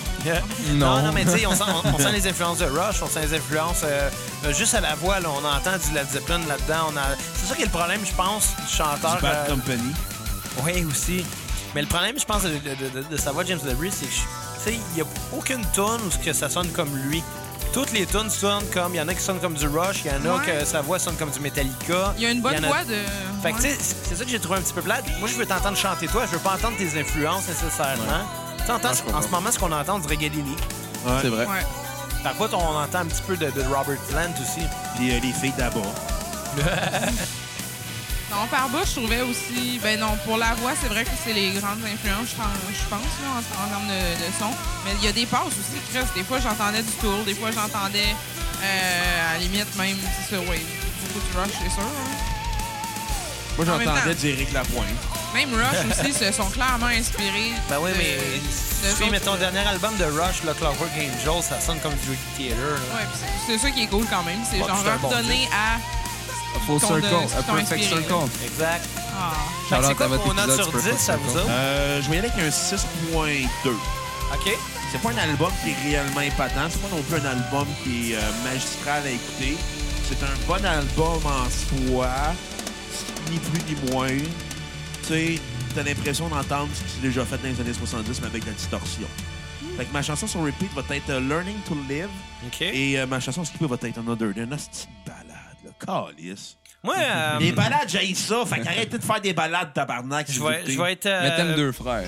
Non,
Non.
non, mais tu sais, on, sent- on- on sent les influences de Rush, on sent les influences euh, euh, juste à la voix. Là, on entend du Led Zeppelin là-dedans. on a- C'est ça qui est le problème, je pense, du chanteur.
Du Bad
euh,
Company.
Oui, aussi. Mais le problème, je pense, de, de, de- de sa voix de James Debris, c'est que, je- tu sais, il n'y a aucune tune où ce que ça sonne comme lui. Toutes les tunes sonnent comme. Il y en a qui sonnent comme du Rush, il y en a
Ouais.
que sa voix sonne comme du Metallica.
Il y a une
en
bonne voix de.
Fait que,
ouais.
tu sais, c'est c'est ça que j'ai trouvé un petit peu plate. Moi, je veux t'entendre chanter toi, je veux pas entendre tes influences nécessairement. Tu sais, entends-
Ouais, je comprends.
en ce moment, ce qu'on entend, on dirait Galini.
Ouais.
C'est vrai.
Ouais.
Par contre, on entend un petit peu de, de Robert Plant aussi.
Puis euh, les filles d'abord.
Non, par bas, je trouvais aussi. Ben non, pour la voix, c'est vrai que c'est les grandes influences, je pense, je pense, là, en, en termes de, de son. Mais il y a des passes aussi, Chris. Des fois, j'entendais du tour, des fois, j'entendais, euh, à la limite, même, c'est ça, ouais, beaucoup de rush, c'est sûr. hein.
Moi,
En même
j'entendais
temps.
du Eric Lapointe.
Même rush aussi se sont clairement inspirés.
Ben oui,
de-
mais
de
si tu
autres-
mets ton dernier album de Rush, le Clockwork Angel, ça sonne comme du theater. là.
Ouais, puis c'est- c'est ça qui est cool quand même. C'est
Bon,
genre
c'est un bon
redonner à.
A full
Ton
euh,
circle,
de- ce
a
qui t'ont
perfect
inspiré.
circle.
Exact. Fait
Ah.
que
Shout-out
C'est
à
quoi
votre
qu'on note
épisode
sur
du
10,
Perfect
ça vous
Circle.
autres?
Euh, je voyais avec un 6.2.
OK.
C'est pas un album qui est réellement épatant. C'est pas non plus un album qui est euh, magistral à écouter. C'est un bon album en soi, ni plus ni moins. Tu sais, t'as l'impression d'entendre ce que tu as déjà fait dans les années 70, mais avec de la distorsion. Fait que ma chanson sur repeat va être euh, Learning to Live
OK.
et euh, ma chanson sur repeat va être Another Day. Une hostie de balade, là. Calice.
Moi, euh,
Les balades, j'ai ça. Fait qu'arrêtez de faire des balades, tabarnak.
je vais je vais être... euh,
Mais t'aimes deux frères.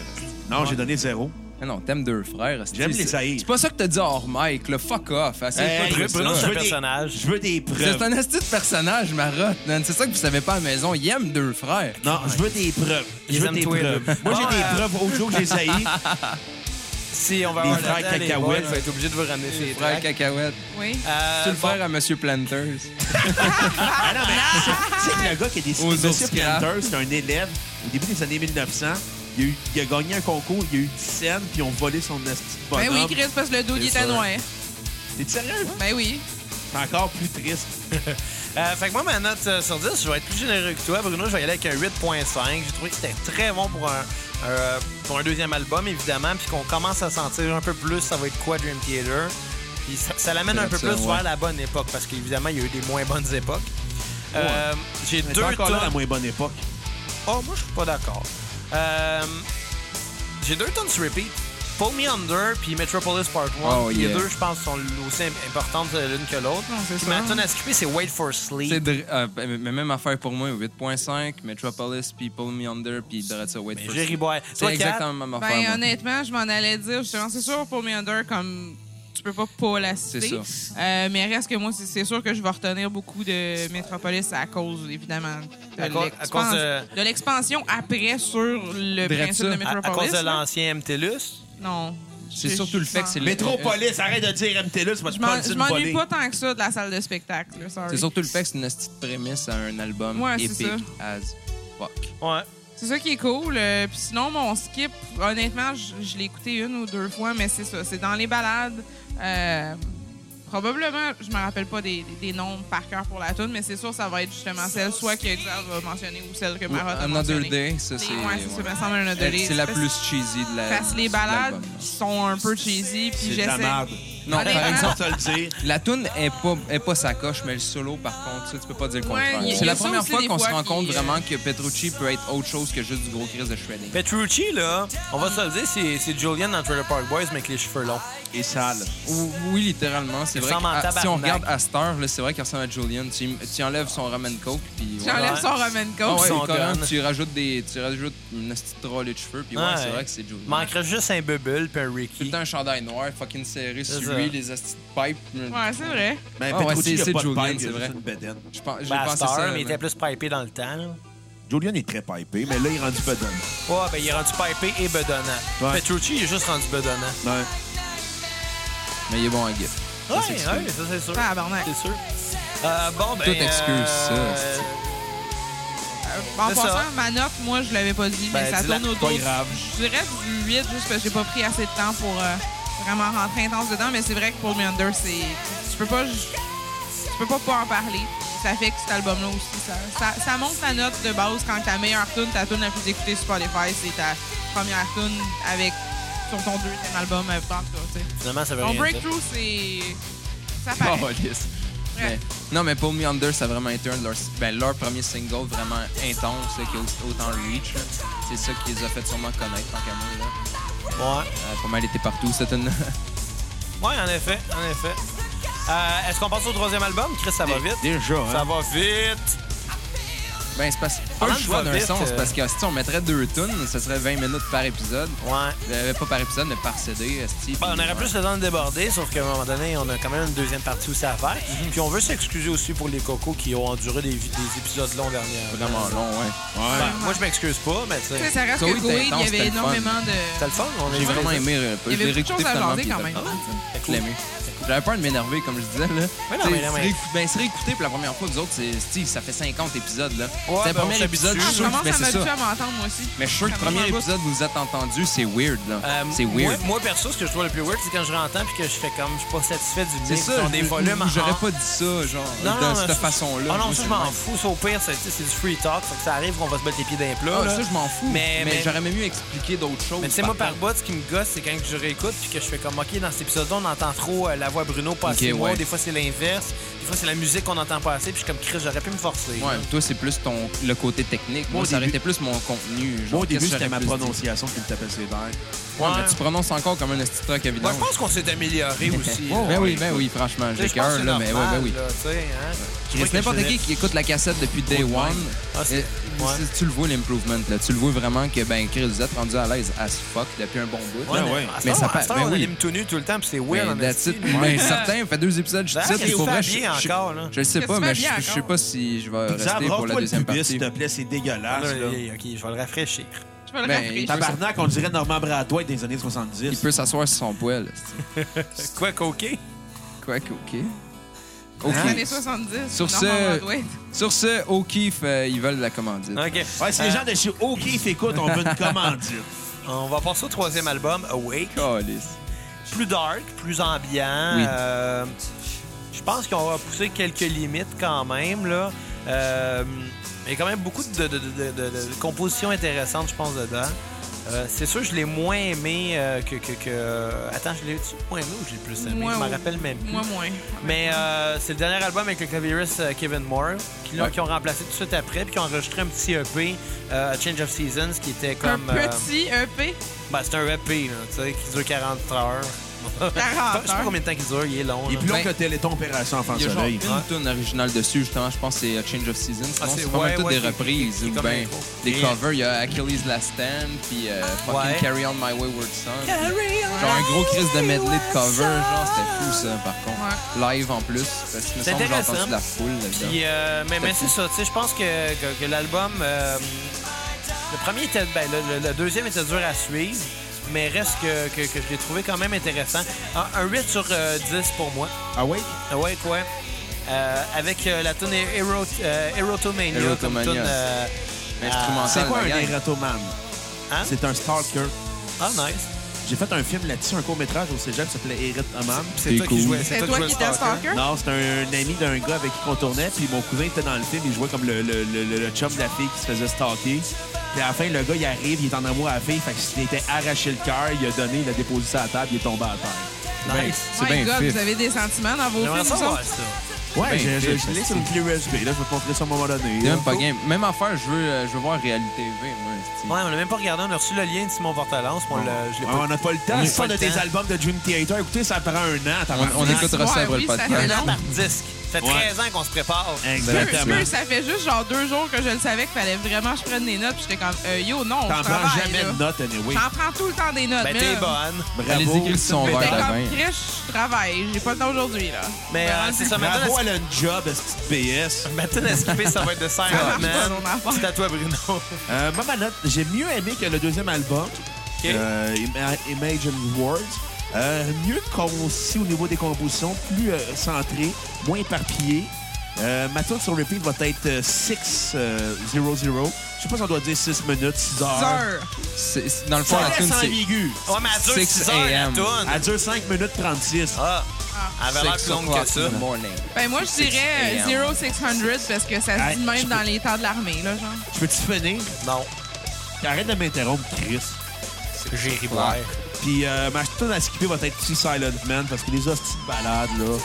Non, j'ai donné zéro.
Mais non, t'aimes deux frères. esti,
J'aime les
c'est-
haïrs.
C'est pas ça que t'as dit hors Mike, le fuck off. Assez
Hey,
pas de
Bruno,
ça.
c'est un
veux des-
personnage.
Je veux des preuves.
C'est un esti de personnage, Marotte, man. C'est ça que vous savez pas à la maison. Il aime deux frères.
Non, je veux des preuves.
Ils
Je veux
aiment
des
tous les
preuves.
deux.
Moi,
Bon,
j'ai des
euh,
preuves audio que j'ai haïs.
Si on va
Des
avoir
frères
le temps, les
cacahuètes.
boys, je vais être obligé de vous ramener chez les
Frère
tracks.
cacahuète.
Oui.
Euh,
tu le
bon,
frère à Monsieur Planters.
Ah non, mais tu sais que le gars qui a décidé
Aux
Monsieur
ours crap.
Planter, c'est un élève au début des années 1900. Il a, eu- il a gagné un concours, il a eu 10 scènes, puis ils ont volé son esti de
Ben oui,
bonhomme.
Chris, parce que le dos, il
C'est
était
sûr.
noir.
T'es sérieux?
Ben oui.
C'est encore plus triste.
euh, fait que moi, ma note euh, sur 10, je vais être plus généreux que toi. Bruno, je vais y aller avec un 8.5. J'ai trouvé que c'était très bon pour un, un- pour un deuxième album, évidemment, puis qu'on commence à sentir un peu plus ça va être quoi Dream Theater. Puis ça, ça l'amène
C'est
un peu
ça,
plus
ouais.
vers la bonne époque, parce qu'évidemment, il y a eu des moins bonnes époques. Euh, J'ai
Mais
deux
t'es encore là à la
tonnes-
moins bonne époque.
Oh, moi, je suis pas d'accord. Euh, J'ai deux tonnes sur repeat. Pull Me Under puis Metropolis Part 1.
Oh,
les
yeah.
deux, je pense, sont aussi im- importantes euh, l'une que l'autre.
Non, c'est
Puis
ça.
Ma tune à skipper, c'est Wait for
C'est
Sleep.
dr- euh, ben, mais même affaire pour moi, 8.5, Metropolis, puis Pull Me Under, puis Dorothy Wait
Mais
for
Jerry
Sleep.
Boy.
C'est
Toi, Kat,
exactement la même affaire.
Ben,
moi.
honnêtement, je m'en allais dire, justement, c'est sûr pour Meander, comme tu peux pas pas la citer.
C'est
Euh, mais reste que moi, c'est- c'est sûr que je vais retenir beaucoup de Metropolis à cause, évidemment, de
À cause- à cause
l'expans-
de-
de l'expansion après sur le
Drette
principe
ça,
de
à-
à, à cause
Metropolis.
de
là.
l'ancien MTLUS,
non.
C'est
Je-
surtout le fait que c'est le-
Métropolis, arrête de dire MTLUS, parce
Je
que
m'en-
tu
je
peux voler.
m'ennuie pas tant que ça de la salle de spectacle. là, sorry.
C'est surtout le fait que c'est une petite prémisse à un album
Ouais, c'est
épique
ça.
as fuck.
Ouais.
C'est ça qui est cool. euh, Puis sinon, mon skip, honnêtement, je, je l'ai écouté une ou deux fois, mais c'est ça. C'est dans les balades. Euh, probablement, je me rappelle pas des, des- des noms par cœur pour la tune, mais c'est sûr, ça va être justement celle soit que Xav va mentionner ou celle que
Ou
Marat a
Another
mentionné.
Day, ça
Les-
c'est.
ouais, c'est ça,
ouais.
me semble un Another
Elle-
Day.
Euh, C'est la
Parce-
plus cheesy de la.
Parce que les
de
balades
l'album.
sont un peu cheesy, puis
C'est de la
j'essaie...
merde.
Non,
Honnêtement,
par exemple.
Sans te le dire.
La tune est pas, est pas sa coche, mais le solo, par contre, ça, tu peux pas dire le
Ouais,
contraire.
y- y a
c'est la
ça
première
aussi
fois
des
qu'on se
fois
rend compte
qui, euh,
vraiment que Petrucci peut être autre chose que juste du gros crise de shredding.
Petrucci, là, on va se le dire, c'est- c'est Julian dans Trailer Park Boys, mais avec les cheveux longs.
Et sale.
Ou- Oui, littéralement. C'est
Il
vrai que
ressemble en
à- si on
tabarnak.
regarde à cette heure, là, c'est vrai qu'il ressemble à Julian. Tu, tu enlèves son ramen coke, puis... ouais.
J'enlève
Ouais.
son Roman
Ah
Coke.
ouais,
son
carrément,
gun.
tu rajoutes des, tu rajoutes une petite trolley de cheveux, puis ouais,
Ouais.
c'est vrai que c'est Julian.
Manquerait juste un bubble puis un
Tout le
Ricky.
temps un chandail noir, fucking serré
C'est
sur
ça.
lui, les astis de pipe.
Ouais, c'est vrai.
Mais
Ah ouais,
Ben, Petrucci,
c'est-
il
c'est
a pas de
Julian,
pipe,
c'est
il a
vrai.
juste une bédaine.
Je pense, j'ai
Ben, à
pensé
cette
ça.
heure, mais il
mais-
était plus pipé dans le temps. là.
Julian est très pipé, mais là, il est rendu bédaine.
Ouais, ben il est rendu pipé et bedonnant.
Ouais.
Petrucci, il est juste rendu bedonnant.
Ouais.
Mais il est bon en gift.
Ouais, ouais, ça c'est sûr.
Ah, Tabarnak.
C'est sûr. Euh, bon, ben.
Tout excuse,
euh,
ça, c'est-
En
C'est
passant,
ça.
ma note, moi, je l'avais pas dit,
Ben,
mais ça
dis-la,
tourne
c'est pas
autour. du-
grave.
Je dirais du 8, juste parce que j'ai pas pris assez de temps pour euh, vraiment rentrer intense dedans. Mais c'est vrai que pour Meander, c'est. Tu peux pas. Tu peux pas pas en parler. Ça fait que cet album-là aussi, ça, ça, ça monte la note de base quand ta meilleure tune, ta tune la plus écoutée sur Spotify, c'est ta première tune avec sur ton deuxième album euh, en tout cas, tu sais.
Finalement, ça veut
Ton
rien dire.
breakthrough, c'est. Ça paraît.
Calisse. Oh, Mais- non, mais Pull Me Under, ça a vraiment été un de leurs, ben, leur premier single vraiment intense, là, qui a au- autant reach. là. C'est ça qui les a fait sûrement connaître, tant qu'à moi. Là.
Ouais.
Euh, pas mal été partout, cette une...
Ouais, en effet, en effet. Euh, Est-ce qu'on passe au troisième album? Chris, ça va vite.
Déjà, hein.
Ça va vite.
Ben, c'est parce pas
Parlant
le
de
choix d'un
Vite,
son, c'est
euh,
parce que si on mettrait deux tunes, ça serait 20 minutes par épisode.
Ouais.
Euh, pas par épisode, mais par CD,
Ben,
esti,
on
puis,
aurait
ouais.
plus le temps de déborder, sauf qu'à un moment donné, on a quand même une deuxième partie où ça à faire.
Mhm.
Puis on veut s'excuser aussi pour les cocos qui ont enduré des, des épisodes longs dernièrement.
Vraiment long, ouais.
Ben,
Ouais.
moi, je m'excuse pas, mais tu
Tu sais,
sais,
ça reste
Koei
que Koei,
était intense,
il y
c'était
avait
le fun.
énormément de.
c'était le fun. On
J'ai vraiment aimé. euh,
Il y
je l'ai
avait beaucoup
réécouté
de choses à
tellement,
jaser
puis
quand
il
même.
était
hein,
Ah,
tu sais.
Je l'aimais. J'avais peur de m'énerver, comme je disais. Là.
Mais non,
Tu sais,
mais non,
se
mais-
réécou- ben, se réécouter pour la première fois, nous autres, c'est, Steve, ça fait 50 épisodes. Là.
Ouais,
c'est le
ben, on
premier
s'habitue.
épisode, je
Ah,
suis
je
sûr.
commence
mais
à
ben, c'est ça.
m'habituer à m'entendre, moi aussi.
Mais je suis sûr que le
Ça me
premier
prend un
épisode, vous êtes entendu, c'est weird. là.
Euh,
c'est
moi,
weird.
moi, perso, ce que je trouve le plus weird, c'est quand je rentre puis que je fais comme, je suis pas satisfait du mix.
c'est ça.
Ils ont des
je-
volumes en-
J'aurais pas dit ça, genre,
Non,
de
non,
cette
ça-
façon-là.
Ah non,
Moi,
ça,
c'est
je m'en
le même.
fous. C'est au pire, c'est tu sais, c'est du free talk. Fait que ça arrive qu'on va se mettre les pieds dans les plats.
Ah,
là.
ça, je m'en fous.
Mais-
Mais,
mais-
j'aurais même mieux expliquer d'autres choses.
Mais tu sais, moi, par
contre.
bout, ce qui me gosse, c'est quand je réécoute puis que je fais comme, OK, dans cet épisode-là, on entend trop euh, la voix Bruno passer
Ok,
moi.
ouais.
Des fois, c'est l'inverse. Des fois, c'est la musique qu'on entend passer puis je suis comme, Chris, j'aurais pu me forcer.
Ouais, mais toi, c'est plus ton, le côté technique.
Moi,
Moi,
au
ça aurait
début-
été plus mon contenu. genre,
Moi, au début,
qu'est-ce que
c'était
j'aurais
ma
plus dit.
prononciation qui me tapait ses verres.
Ouais.
Ouais, mais tu prononces encore comme un esti truc évident.
Moi, je pense qu'on s'est amélioré aussi. là.
Ben oui, ben oui, franchement,
Tu sais,
j'ai
je pense que
cœur,
c'est
là, mais ouais,
normal,
ben oui.
là, tu sais, hein. Je vois
Chris,
que
n'importe
je
qui
l'ai-
qui écoute la cassette depuis Day
Ouais.
One,
Ah, c'est-
euh,
ouais.
c'est- tu le vois l'improvement, là. Tu le vois vraiment que, ben, Chris, vous êtes rendu à l'aise as fuck depuis un bon bout.
Ouais,
Ah
mais
ouais.
à ce
Mais
temps,
ça
à
pa-
ce temps,
ben
on
oui.
anime tout nu tout le temps, puis c'est weird. en
Ben, that's
esti,
it.
là.
Ben, certain, ça fait deux épisodes, je
Ben,
dis ça,
qu'est-ce
pour
que
vrai,
tu fais
je,
bien
je-
encore, là?
je le sais
Qu'est-ce
pas,
que tu
mais
fais
je,
bien
je sais
encore?
pas si je vais
Ça
rester pour
pas
la
le
deuxième
pubis,
partie.
s'il te plaît, c'est dégueulasse.
Ah,
là.
là, OK, je vais le rafraîchir.
Je vais le
Ben,
rafraîchir.
il-
Tabarnak, on dirait Normand Bratois des années
Il
70.
peut s'asseoir sur son poêle. esti.
Quoi, coquet?
Quoi que, OK.
Ah.
OK.
Les années 70.
Hein? Sur ce-
Norman Rockwell.
Sur ce, au kiff, euh, ils veulent la commandite.
OK.
Ouais, si
Euh,
les gens de chez OK t'écoutent, on veut une commandite.
On va passer au troisième album, Awake.
Calisse.
Plus dark, plus ambiant.
Oui.
Euh, je pense qu'on va pousser quelques limites quand même. Là. Euh, il y a quand même beaucoup de, de- de- de- de- de compositions intéressantes, je pense, dedans. Euh, c'est sûr, je l'ai moins aimé euh, que, que, que- Attends, je l'ai-tu moins aimé ou je l'ai plus aimé?
Moi,
je m'en
oui.
rappelle même plus.
Moi, moins.
Mais euh, c'est le dernier album avec le clavieriste euh, Kevin Moore qui, l'ont-
Ouais.
qui ont remplacé tout de suite après puis qui ont enregistré un petit EP, euh, A Change of Seasons, qui était comme...
un
euh,
petit EP
ben, c'est un EP, là, tu sais, qui dure 40 heures. Je
40
sais pas
heures.
combien de temps qu'il dure, il est long.
Il est
là.
plus long
Ben,
que Téléthon Opération Enfant
Il y a genre
Soleil.
Ouais.
une tune originale dessus, justement. Je pense que c'est euh, Change of Seasons.
Ah,
Sinon,
c'est-
c'est pas
ouais,
mal toutes
ouais,
des
qui-
reprises
qui- qui
ou
comme
bien
l'intro.
des
Et-
covers. Il y a Achilles Last Stand, puis euh, fucking
Ouais.
Carry On My Wayward Son. Genre un gros crise de medley de cover, genre c'était fou ça par contre. Live en plus, parce que
C'est
me semble que j'ai
intéressant.
entendu de la foule là-dedans.
Puis, euh, mais mais c'est ça, tu sais, je pense que, que- que l'album. euh, le premier était. Ben, le, le- le deuxième était dur à suivre, mais reste que, que, que je l'ai trouvé quand même intéressant. Un, un 8 sur euh, 10 pour moi.
Ah ouais?
Ah Ouais, quoi. Euh, avec euh, la tune Hero, euh, Erotomania. comme
Erotomania.
tune, euh,
Instrumental.
C'est quoi un
la gang.
érotomane?
Hein?
C'est un stalker.
Ah, nice.
J'ai fait un film là-dessus, un court-métrage au cégep qui s'appelait Érotomane.
C'est toi qui
cool.
jouais.
C'est toi
jouais
qui
le
étais stalker? Oh
Non, c'était un, un ami d'un gars avec qui on tournait, puis mon cousin était dans le film, il jouait comme le, le, le- le- le chum de la fille qui se faisait stalker. Puis à la fin, le gars, il arrive, il est en amour à la fille, fait qu'il s'était arraché le cœur, il a donné, il a déposé ça à la table, il est tombé à terre.
Nice.
Ben, C'est
My
bien
God,
fif.
vous avez des sentiments dans vos
J'aimerais
films, ça?
savoir ça.
Ouais,
bien
je, je,
fait,
je l'ai sur une clé USB, là, je vais te montrer ça à un moment donné.
C'est même pas game. Même affaire, je veux, euh, je veux voir Réalité TV, moi. c'est-
Ouais, on l'a même pas regardé. On a reçu le lien de Simon Portalance. mais On l'a, je l'ai
Ouais,
pas
on n'a pas le
On
temps,
n'a
ça,
pas
de
le
tes
temps.
albums de Dream Theater. Écoutez, ça prend un an. t'as
On, on
raison.
écoutera ça
Ouais,
après
Ah, oui,
le
ça
podcast.
fait
Un an
Non.
par disque. Ça fait
Ouais. Eh,
13 ans qu'on se prépare.
Exactement.
Excuse, ça fait juste genre deux jours que je le savais qu'il fallait vraiment que je prenne des notes. puis J'étais comme, euh, yo, non,
T'en
je
prends
travaille,
jamais
là.
de notes, anyway.
J'en prends tout le temps des notes.
Ben,
mais
t'es
là,
bonne.
Elle les
Bravo.
écrit sur son
J'étais
verre de
comme,
vin.
Chris, je travaille. J'ai pas le temps aujourd'hui, là. Ben,
Mais euh, c'est ça, maintenant,
Bravo,
la-
elle a une job, cette PS.
maintenant, la skipper, ça va être de Saint
marche pas,
Man.
son affaire.
C'est à toi, Bruno.
Euh, moi, ma note, j'ai mieux aimé que le deuxième album, euh, Ima- Image and Words. Euh, mieux concis au niveau des compositions, plus euh, centré, moins éparpillé. Euh, ma tune sur repeat va être euh, 6 0 0 Je sais pas si on doit dire 6 minutes, 6 heures.
Heures.
C'est- c'est- Dans le fond,
Ça
la
reste
tune, c'est.
ambigu.
Ouais, mais elle dure
6
6 heures, la
AM.
toune.
Elle dure 5 minutes 36.
Ah, elle avait l'air
Six
plus longue que
o'clock
ça.
in the morning.
Ben, moi, je dirais
6
euh, 0600 parce que ça se
Hey,
dit de
je
même
peux-
dans les temps de l'armée, là, genre.
Je peux-tu finir?
Non,
Arrête de m'interrompre, Chris.
j'ai ri pour l'air.
Puis euh, ma tune à skipper va être Petit Silent Man parce que les hosties de balades, là.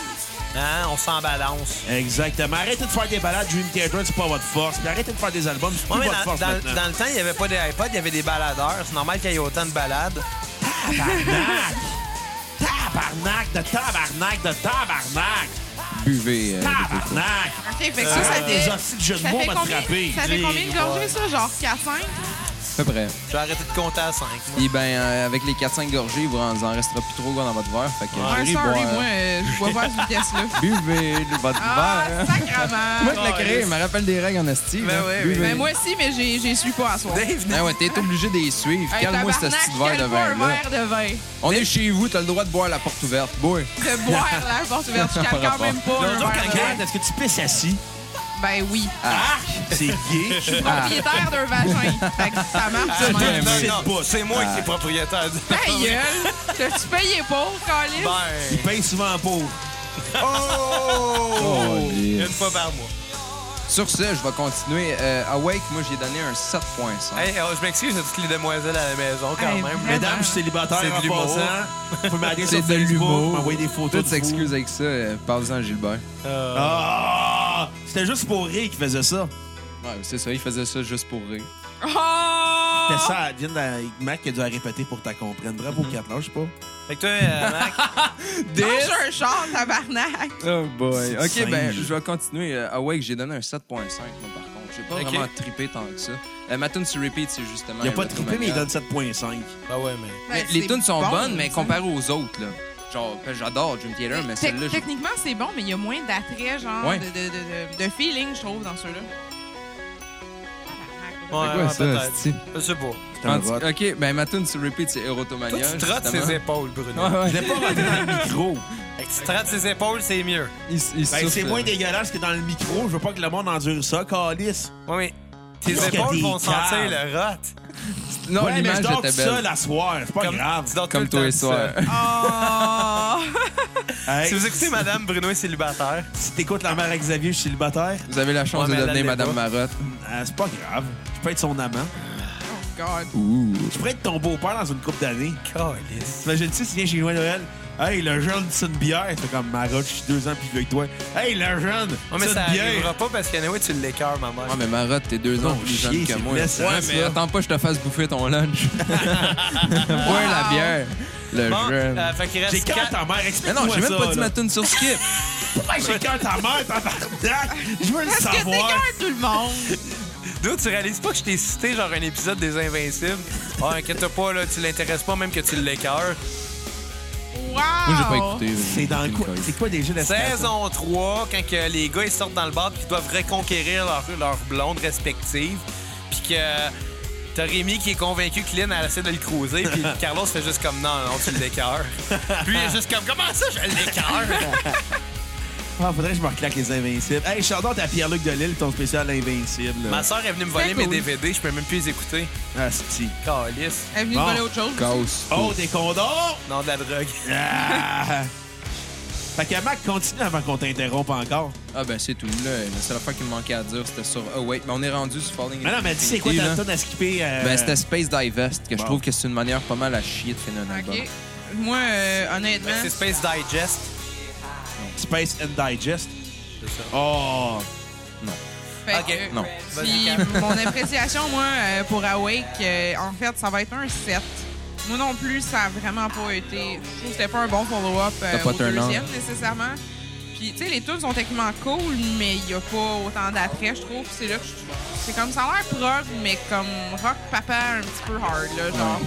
Hein, on s'en balance.
Exactement. Arrêtez de faire des balades, Dream Theater, c'est pas votre force. Puis arrêtez de faire des albums, c'est
Ouais,
plus
mais
votre
dans,
force
dans-
maintenant.
dans le temps, il n'y avait pas d'iPod, il y avait des baladeurs. C'est normal qu'il y ait autant de balades.
Tabarnak! tabarnak de tabarnak de tabarnak!
Buvez. euh,
Ah!
des coco.
Tabarnak! Ah,
OK, fait que ça, ça
Les
fait...
hosties de jeu de
Ça
mots
fait
Euh, m'a
combien,
frappé.
ça fait combien de gorgées, ça? Genre 4-5?
À peu près.
J'ai arrêté de compter à 5.
Et ben, euh, avec les 4-5 gorgées, vous en, vous en restera plus trop dans votre verre. Fait que
Un
j'irai
Ah, sorry,
boire.
moi, Ah, euh, je bois pas cette pièce-là.
Buvez votre
Ah,
verre. Moi,
sacrement!
je l'ai créé, il me rappelle des règles en esti.
Ben
là.
ouais,
Buvez.
Ben, moi aussi, mais j'ai j'y suis pas à soir.
Ben,
Ah ouais, t'es obligé de les suivre.
Hey,
Calme-moi ce
tabarnak,
petit verre de
quel pas
vin là.
un verre de vin.
On est chez vous, t'as le droit de boire à la porte ouverte. Boy.
De boire la porte ouverte, je calme quand même pas
L'autre jour, Ah,
un verre de
quelqu'un,
vin.
est-ce que tu pisses assis?
Ben oui.
Arc! C'est gay. Je
Propriétaire d'un vagin. Fait que ça marche
Ah,
de
Ah, Non,
même.
mais-
non, non, c'est moi qui suis propriétaire du
Ta gueule! T'as-tu payé pour, Calis?
Ben,
paye souvent pour.
Oh,
une fois par mois.
Sur ce, je vais continuer. Euh, Awake, moi, j'ai donné un 7.5.
Hey, euh, je m'excuse à toutes les demoiselles à la maison quand
Hey,
même.
vraiment.
Mesdames, je suis célibataire
C'est de
en
l'humour.
passant. Vous pouvez m'aider
C'est
sur
de
Facebook,
l'humour.
m'envoyer des photos
Tout
de
s'excuse
vous.
avec ça. euh, Parle-en à Gilbert.
Euh,
Ah! C'était juste pour rire qu'il faisait ça.
Ouais, c'est ça, il faisait ça juste pour rire.
Oh!
C'était ça, Adine, la- Mac qui a dû la répéter pour que t'as comprennes. Bravo,
Mm-hmm.
quatre ans, je sais pas.
Fait que toi, euh, Mac,
Ah,
Mange un char, tabarnak!
Oh boy.
C'est
Ok, ben,
singe.
je vais continuer. Euh, Awake, j'ai donné un 7.5, moi, par contre. J'ai pas
Ok.
vraiment trippé tant que ça. Euh, ma tune sur repeat, c'est justement.
Il a pas
Erotomania.
trippé, mais il donne 7.5.
Ben ouais, mais.
Mais
Ben,
les
c'est
tunes sont
bon,
bonnes, mais
ça.
comparées aux autres, là. Genre, ben, j'adore Dream Theater, mais
Te-
celle-là, j'ai-
Techniquement, c'est bon, mais il y a moins d'attrait, genre,
Ouais.
de, de, de, de- de feeling, je trouve, dans ceux-là.
Ouais,
quoi,
ouais,
ça,
peut-être.
c'est-tu?
Je sais pas.
C'est un vote.
Ok, ben, ma tune sur repeat, c'est
Toi,
Erotomania.
tu trottes
justement.
ses épaules, Bruno.
Ouais, ouais.
Je l'ai pas rentré dans le micro.
Fait que tu trottes ses épaules, c'est mieux.
Il, il
Ben,
souffle,
c'est
euh,
moins dégueulasse que dans le micro. Je veux pas que le monde endure ça, calice.
Oui, mais tes
Parce que
épaules
t'es
vont sentir
calme.
le rot.
Non,
ouais, mais je
l'image
dors
était
tout
belle.
seul à soir. C'est pas grave.
tu dors
Comme
tout le
toi et
temps
soir.
tout seul.
Oh!
Hey,
Si vous écoutez Madame Bruno est célibataire,
si t'écoutes la mère à Xavier, je suis célibataire.
Vous avez la chance
Ouais, mais
de
elle
devenir
l'est
Madame
pas.
Marotte.
Euh, c'est pas grave. Je peux être son amant.
God.
Ouh.
Je pourrais être ton beau-père dans une couple d'années.
Calice.
T'imagines-tu s'il vient chez nous à Noël? Hey, le jeune, c'est une bière. Fait comme Marotte, je suis deux ans plus vieux que toi. Hey, le jeune,
Non, mais
c'est
ça
une bière.
arrivera pas parce qu'Anaway, tu l'écœures, ma mère.
Ouais, mais Marotte, t'es deux
Non,
ans plus
chier,
jeune que
c'est
moi.
blessant,
ouais, mais
ça.
attends pas que je te fasse bouffer ton lunch. ouais, la bière. Le
Bon,
jeune.
euh, fait qu'il reste
J'ai quand
quatre-
ta mère,
Mais
explique-moi
non, j'ai même
ça,
pas dit
là. Ah,
ma tune sur skip.
Pourquoi j'ai quand ta mère, tabarnak? Je veux le
Est-ce que
savoir.
t'écœures tout le monde?
D'où tu réalises pas que je t'ai cité genre un épisode des Invincibles? Ah, inquiète pas, là, tu l'intéresses pas même que tu l'écœures.
Wow!
Moi, j'ai pas écouté.
C'est dans quoi? C'est quoi déjà la
Saison 3, quand que les gars ils sortent dans le bar et qu'ils doivent reconquérir leur, leur blonde respective, puis que t'as Rémi qui est convaincu que Lynn elle essaie de le croiser, puis Carlos fait juste comme non, non, tu l'écœures. Puis il est juste comme comment ça, je l'écœure?
Ah, faudrait que je me reclaque les Invincibles. Hey, shout-out à Pierre-Luc Delisle, ton spécial Invincible.
Ma soeur est venue me voler
C'est
mes
cool.
DVD, je peux même plus les écouter.
Asti.
Calice,
Elle est venue
Bon.
voler autre chose.
Casse.
Oh, des condors!
non de la drogue.
Ah! Fait que Mac, continue avant qu'on t'interrompe encore.
Ah, ben c'est tout. Là. La seule affaire qui me manquait à dire, c'était sur. Ah, ouais, mais on est rendu sur Falling
Mais non, mais dis, c'est quoi ta
Infinity, là.
tonne à skipper? euh,
Ben, c'était Space Divest, que
Bon.
je trouve que c'est une manière pas mal à chier de finir un album.
OK. Moi, euh, honnêtement...
Ben, C'est Space Digest.
Space and Digest.
C'est ça.
Oh!
Fait
Ok,
que-
non.
Puis mon appréciation, moi, euh, pour Awake, euh, en fait, ça va être un 7. Moi non plus, ça a vraiment pas été. Je trouve que c'était pas un bon follow-up euh,
T'as pas
au
turn on.
deuxième, nécessairement. Puis, tu sais, les tunes sont techniquement cool, mais il y a pas autant d'attrait, je trouve. Puis C'est là que je- C'est comme ça a l'air prog, mais comme rock papa un petit peu hard, là, genre.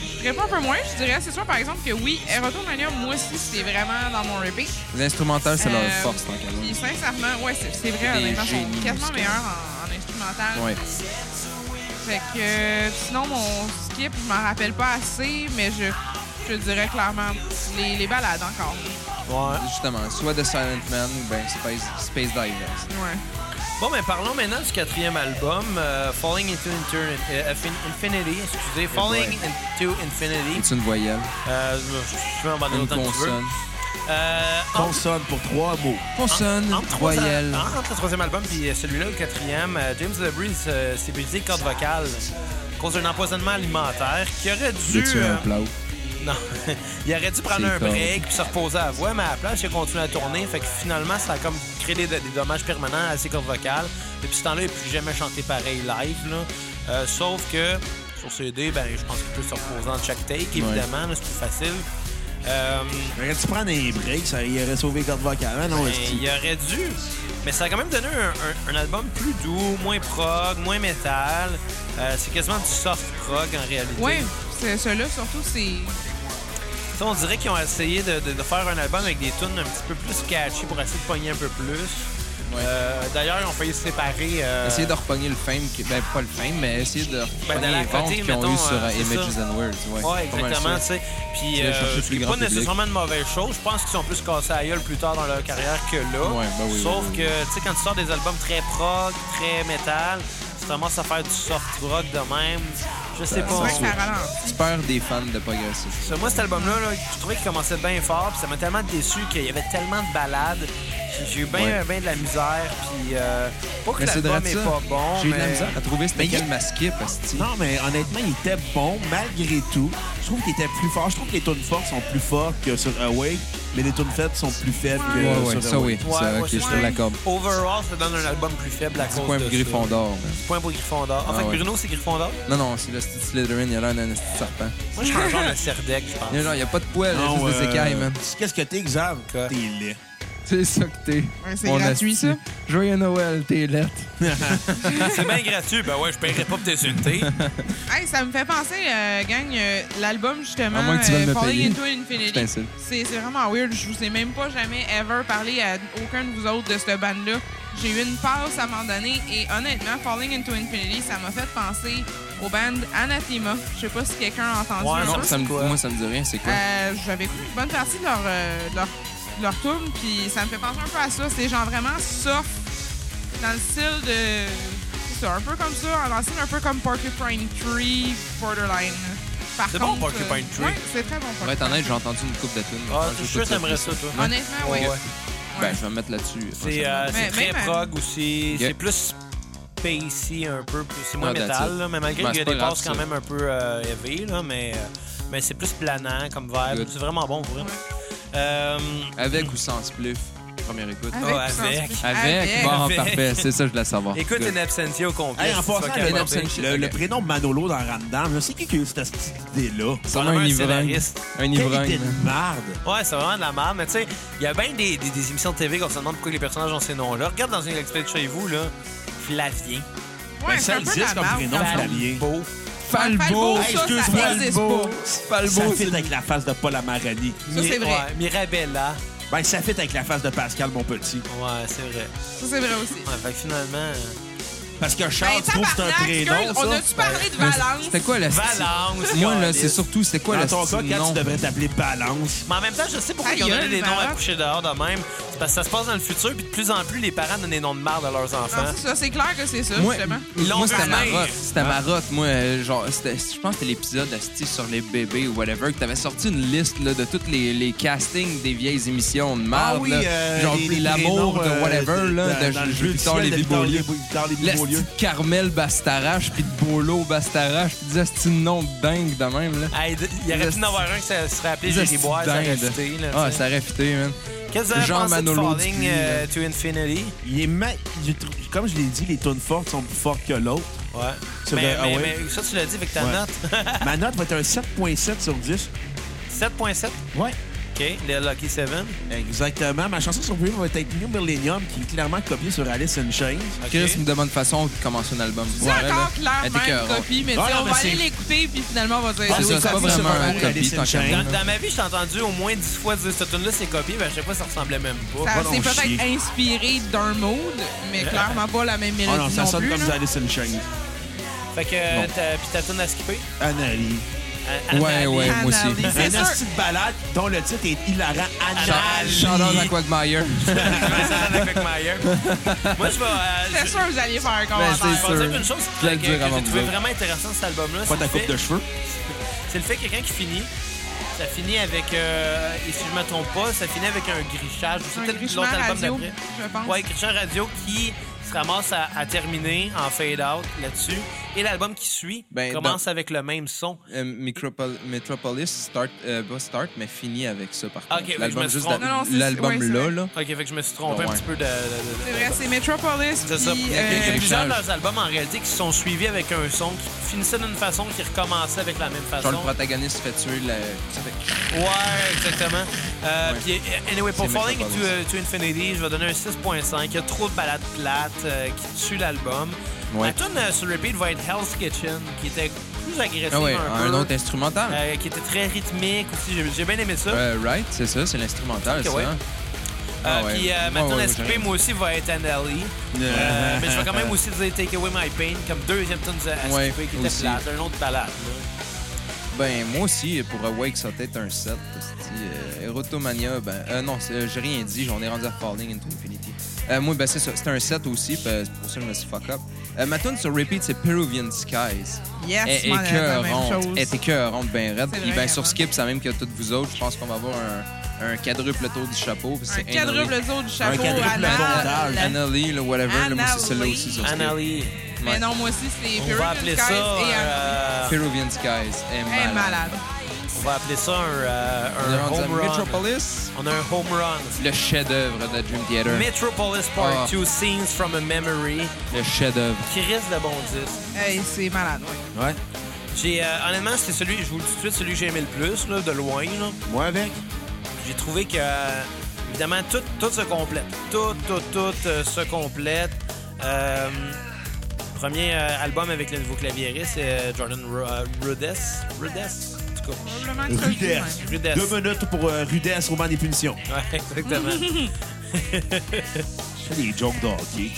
Je dirais pas un peu moins, je dirais, c'est sûr, par exemple, que oui, Erotomania, moi aussi, c'est vraiment dans mon repeat.
L'instrumental, c'est leur
Euh,
force, tant qu'à moi.
Puis sincèrement, ouais, c'est c'est vrai,
Des
honnêtement,
génies
sont quasiment
musicaux.
meilleurs en, en instrumental.
Ouais.
Fait que euh, sinon, mon skip, je m'en rappelle pas assez, mais je, je dirais clairement les, les balades encore.
Ouais.
Justement, soit The Silent Man ou ben Space, Space Divest.
Ouais.
Bon, ben parlons maintenant du quatrième album, euh, Falling into Inter- euh, Infin- Infinity. Excusez, Falling into Infinity.
C'est une voyelle,
Euh, je peux en parler
une
autant que tu veux.
consonne.
Euh, en-
Consonne pour trois mots.
Consonne,
entre trois- hein?
voyelle.
en- Entre le troisième album et celui-là, le quatrième, euh, James Lebris euh, s'est brisé corde vocale à cause d'un empoisonnement alimentaire qui aurait dû.
J'ai tué un
euh,
plat.
non. il aurait dû prendre
C'est
un
con.
break puis se reposer à la voix, mais à la place, il a continué à tourner. Fait que finalement, ça a comme créé des, des dommages permanents à ses cordes vocales. Depuis ce temps-là, il n'a plus jamais chanté pareil live. là. Euh, sauf que sur CD, ben, je pense qu'il peut se reposer en chaque take, évidemment. là, C'est plus facile. Euh,
Aurais-tu prendre un break? Ça, il aurait sauvé Corde Vocale, hein, non,
ben,
asti?
il aurait dû. Mais ça a quand même donné un, un- un album plus doux, moins prog, moins métal. Euh, c'est quasiment du soft prog en réalité.
Ouais, c'est- ceux-là, surtout, c'est.
Tu sais, on dirait qu'ils ont essayé de, de- de faire un album avec des tunes un petit peu plus catchy pour essayer de pogner un peu plus. Euh, D'ailleurs, ils ont failli se séparer. euh,
Essayer de repogner le fame, qui- ben pas le fame, mais essayer de repogner
d'aller à
les ventes
côté,
qu'ils ont
mettons,
eu sur
euh,
euh,
c'est
Images
ça.
and Words. Ouais,
Ouais,
pas mal
exactement, tu
ça.
sais. Puis,
Ils allaient
euh, ce
chercher plus
qui n'est
grand
pas
public.
nécessairement de mauvaise chose. Je pense qu'ils sont plus cassés à gueule plus tard dans leur carrière que là.
Ouais, ben oui,
Sauf
oui, oui.
que, tu sais, quand tu sors des albums très prog, très métal, tu commences à faire du soft rock de même. Je sais
Ça-
pas.
C'est
on-
vrai que ça ralentit.
Tu perds des fans de progressif.
Ça, Moi, cet album-là, là, je trouvais qu'il commençait bien fort, puis ça m'a tellement déçu qu'il y avait tellement de balades. J'ai- J'ai eu bien
Ouais.
bien de la misère, puis euh, pas que
Mais c'est de
l'album est pas bon.
J'ai eu de la
mais-
misère à trouver c'était
Mais
quel
il-
masqué, Pasti.
Non, mais honnêtement, il était bon malgré tout. Je trouve qu'il était plus fort. Je trouve que les tunes fortes sont plus fortes que sur Awake, mais les tunes faibles sont plus faibles que
Ouais, ouais,
sur
ça oui.
Awake.
Ouais,
Ça,
ouais,
ok,
c'est
je te
vrai.
l'accorde.
Overall, ça donne un album plus faible à cause
Point
de
pour
ça.
Gryffondor. mais-
Point pour Gryffondor. En
Ah
fait,
ouais.
Bruno, c'est Gryffondor.
Non, non, c'est le style Slytherin, il a l'air d'un esti de serpent.
Moi, je suis un genre de Serdec, je pense.
Il y a genre, il y a pas de poils, il y a
Non,
juste des
euh,
écailles, man.
Qu'est-ce que t'es, Xav?
Quoi?
T'es laid.
C'est ça que t'es.
Ouais, c'est
mon
gratuit,
esti.
ça.
Joyeux Noël, t'es lettre.
C'est bien gratuit. Ben ouais, je paierais pas pour t'insulter.
Hey, ça me fait penser, euh, gang, euh, l'album justement,
À moins que tu veuilles me payer.
Falling Into
Je
Infinity.
t'insulte.
C'est c'est vraiment weird. Je vous ai même pas jamais ever parlé à aucun de vous autres de cette bande-là. J'ai eu une pause à un moment donné et honnêtement, Falling Into Infinity, ça m'a fait penser au band Anathema. Je sais pas si quelqu'un a entendu
Ouais,
un
non,
peu.
Ça me-
quoi?
Moi, ça me dit rien, c'est quoi?
Euh, J'avais écouté une bonne partie de leur, euh, de leur, de leur tourne, puis ça me fait penser un peu à ça. C'est genre vraiment soft, dans le style de. C'est ça, un peu comme ça, en ancien, un peu comme Porcupine Tree, Borderline. Par
C'est
contre, euh,
bon, Porcupine Tree.
ouais, c'est très bon,
Pour
Porcupine
être honnête, j'ai entendu une coupe de tunes.
Ah, je suis
J'ai tout
sûr que
ça
t'aimerais
pris
ça, toi.
Ouais.
Honnêtement, oui.
Ouais.
Ouais.
Ben, je vais me mettre là-dessus.
C'est euh, c'est
Mais
très
même à-
prog aussi.
Ok.
C'est plus spacey un peu, plus- c'est moins
Ah, that's
métal,
it.
là, mais malgré
Ben,
qu'il y a
c'est pas
des
grave,
passes quand
ça.
même un peu euh, élevées, là, mais, euh, mais c'est plus planant comme verre.
Good.
C'est vraiment bon pour vrai.
Ouais.
Euh,
Avec ou sans spliff? Première écoute.
Ah, avec.
sans split.
Avec? Bon,
Avec.
parfait. C'est ça, je voulais savoir.
écoute
Good.
une absentia au complet.
Hey, en
si tu vas
passant,
capoter.
une absentia.
le, le
Ok.
prénom Manolo dans Random, là, c'est qui qui a eu cette petite idée-là?
Ça
vraiment un
ivrogne.
scénariste.
Un
Quelle idée
ivrogne.
de marde!
Ouais, c'est vraiment de la merde, mais tu sais, il y a bien des, des- des émissions de TV qu'on se demande pourquoi les personnages ont ces noms-là. Regarde dans une extrait de chez vous, là, Flavien.
Ouais,
Ben,
c'est
ça
un peu de
existe
la
comme
marde,
prénom,
ça.
Flavien.
Beau.
Falbo,
Hey,
ça,
excuse-moi,
ça existe
Falbo.
pas.
Ça fit avec la face de Paul Amarani.
Ça, c'est vrai.
Ouais, Mirabella.
Ben, ça fit avec la face de Pascal Monpetit.
Ouais, c'est vrai.
Ça, c'est vrai aussi.
Ouais, fait que finalement, euh,
Parce que Charles,
Ben,
tu trouves que c'est un
tabarnak,
prénom,
excuse, On
ça?
a-tu parlé de Valence?
C'était quoi la
Valence.
Moi, là,
câlisse.
c'est surtout, c'était quoi
Dans
la
ton cas, quand tu
Non.
devrais t'appeler Balance.
Mais en même temps, je sais pourquoi
Aïe,
ils ont donné
aïe,
des noms à
Valence.
coucher dehors de même. C'est parce que ça se passe dans le futur, puis de plus en plus, les parents donnent des noms de merde à leurs enfants.
Non, c'est ça, c'est clair que c'est ça,
Moi,
justement.
Ils l'ont
moi c'était
vu venir.
marotte. C'était marotte. Moi, euh, genre, c'était- je pense que c'était l'épisode Asti sur les bébés ou whatever, que t'avais sorti une liste là, de tous les, les castings des vieilles émissions de marde.
Ah oui,
là.
euh,
genre,
les-
puis
les
l'amour
prénoms,
de
euh,
whatever,
de-
là,
dans-
de
dans le
Jules
jeu
Victor,
officiel
les
de- dans
Bibeaulieux.
les- dans les
L'asti
Bibeaulieux.
de Carmel Bastarache, puis de Bolo Bastarache, puis des asti de noms dingues de même, là.
Hey, d- il y aurait pu en
Esti-
avoir un qui se serait appelé
Des
Jerry
asti de
Bois, ça aurait
dindes.
fité, là,
Ah,
tu sais.
ça aurait fité, man.
Qu'est-ce que vous
Jean
avez pensé de
Manolo
Falling
Dupuis,
euh,
là.
to Infinity?
Il est ma- je trou- Comme je l'ai dit, les tunes fortes sont plus fortes que l'autre.
Ouais.
C'est
Mais,
vrai, ah
mais-
ouais?
mais ça, tu l'as dit avec ta
Ouais.
note.
Ma note va être un 7.7 sur 10.
7.7.
Ouais.
OK, le Lucky 7.
Exactement. Ma chanson sur Premium va être New Millennium, qui est clairement copiée sur Alice in Chains.
OK.
Chris me demande façon de commencer un album.
C'est encore clairement une
hein.
copie, mais
Ah,
tu sais,
non,
on
mais
va
c'est-
aller l'écouter, puis finalement, on va dire...
Ah,
C'est
oui,
ça, c'est pas
copie,
vraiment
pas
un
vrai.
copie.
copie, tant qu'à
Alice in
Dans,
moi.
dans ma vie, je t'ai entendu au moins 10 fois dire cette tune-là, c'est copié, mais à chaque fois, ça ressemblait même pas.
Va
Ça s'est
donc chier.
peut-être inspiré d'un mood, mais clairement pas la même
Oh
mélodie
non, ça
non
sonne
plus.
comme
là.
du Alice in Chains.
Fait que, euh, t'as- puis ta tune à skipper?
Anali.
À- à-
Ouais, ouais, moi aussi.
Analyse.
Un
Ah, C'est sûr.
asti de balade dont le titre est hilarant.
Anal.
Anali.
Shout-out à Quagmire.
avec Meyer. Moi, je vais. euh,
C'est sûr que vous alliez faire un
Ben, c'est
commentaire.
je vais
sûr.
dire une chose
Je
que,
vais le
que
dire avant
j'ai
de
trouvé
vous.
vraiment intéressant de cet album-là.
Pas ta
c'est le
coupe de
fait-
cheveux.
C'est le fait que quand il finit, ça finit avec. euh, et si je me trompe pas, ça finit avec un grichage. ou C'est
Un
peut-être
grichement
l'autre album
radio,
d'après.
je pense.
Ouais, Christian Radio qui se ramasse à, à terminer en fade-out là-dessus. Et l'album qui suit
Ben,
commence avec le même son.
Euh, Micropol- Metropolis start, euh, pas start, mais finit avec ça par
Ah,
contre.
ok, oui, je
L'album
me suis
juste
trompé.
la-
Non, non, c'est-
l'album
ouais, c'est
là,
vrai.
là.
Ok, fait que je me suis trompé
Ah,
un
ouais.
petit peu de. de- de-
C'est vrai, c'est Metropolis,
C'est ça.
puis,
Il y
euh,
a plusieurs de
Richard.
leurs albums en réalité qui se sont suivis avec un son qui finissait d'une façon qui recommençait avec la même façon.
Genre le protagoniste fait tuer la. ça fait-
Ouais, exactement. Euh,
Ouais.
Puis, euh, anyway, pour
C'est
Falling to,
Metropolis.
euh, to Infinity, je vais donner un 6.5. Il y a trop de balades plates euh, qui tuent l'album.
Ouais.
La tune euh, sur repeat va être Hell's Kitchen, qui était plus agressive
Ah ouais,
un,
un
peu,
autre instrumental.
euh, qui était très rythmique aussi. J'ai j'ai bien aimé ça.
Euh, right, c'est ça, c'est l'instrumental,
Ok,
ça.
ouais.
Ah
Euh,
ouais.
Puis euh,
Ouais,
maintenant, la
ouais, ouais,
skipper,
j'aurais-
moi aussi, va être Anneli. Euh, mais je vais quand même aussi dire Take Away My Pain comme deuxième tune à
Ouais,
skipper qui était
aussi.
plate, un autre balade. là.
Ben, moi aussi, pour Awake, ça peut être un 7. Euh, Erotomania, ben, euh, non, c'est- j'ai rien dit, j'en ai rendu à Falling into Infinity. Euh, moi, ben, c'est ça, c'était un 7 aussi, ben, c'est pour ça que je me suis fuck up. Euh, ma tune sur Repeat, c'est Peruvian Skies.
Yes,
Elle
man, elle a la
est
même
écœurante.
chose.
Elle est écœurante, ben raide.
C'est
Puis
vrai,
ben sur
vraiment.
Skip, c'est la même que toutes vous autres. Je pense qu'on va avoir un, un quadruple tour du chapeau. puis
Un
c'est
quadruple tour du chapeau,
quadruple bondage.
Anna.
Annalie, le whatever, là, moi c'est celle-là
Annalie.
aussi sur Skip.
Anneli,
Mais
Ouais.
non, moi aussi, c'est
on va
Peruvian Skies
appeler
et
ça.
Anna.
euh,
Peruvian Skies est
Elle est malade.
On va appeler ça un, euh,
On est
un
rendu à
home run.
Metropolis,
On a un home run.
le chef-d'œuvre de Dream Theater.
Metropolis Part
Ah.
2 Scenes from a Memory.
Le chef-d'œuvre.
Qui risque de bon disque.
Hey, c'est malade, ouais.
Ouais.
J'ai, euh, honnêtement, c'est celui, je vous le dis tout de suite, celui que j'ai aimé le plus, là, de loin. là.
Moi avec.
J'ai trouvé que, euh, évidemment, tout, tout se complète. Tout, tout, tout euh, se complète. Euh, premier euh, album avec le nouveau claviériste, c'est Jordan Ru- euh, Rudess. Rudess, en tout cas.
Probablement que ça le dit,
Rudesse.
ouais.
Rudess.
Deux minutes pour euh, Rudesse, Roman des punitions.
Ouais, exactement.
Je fais des jokes de hockey.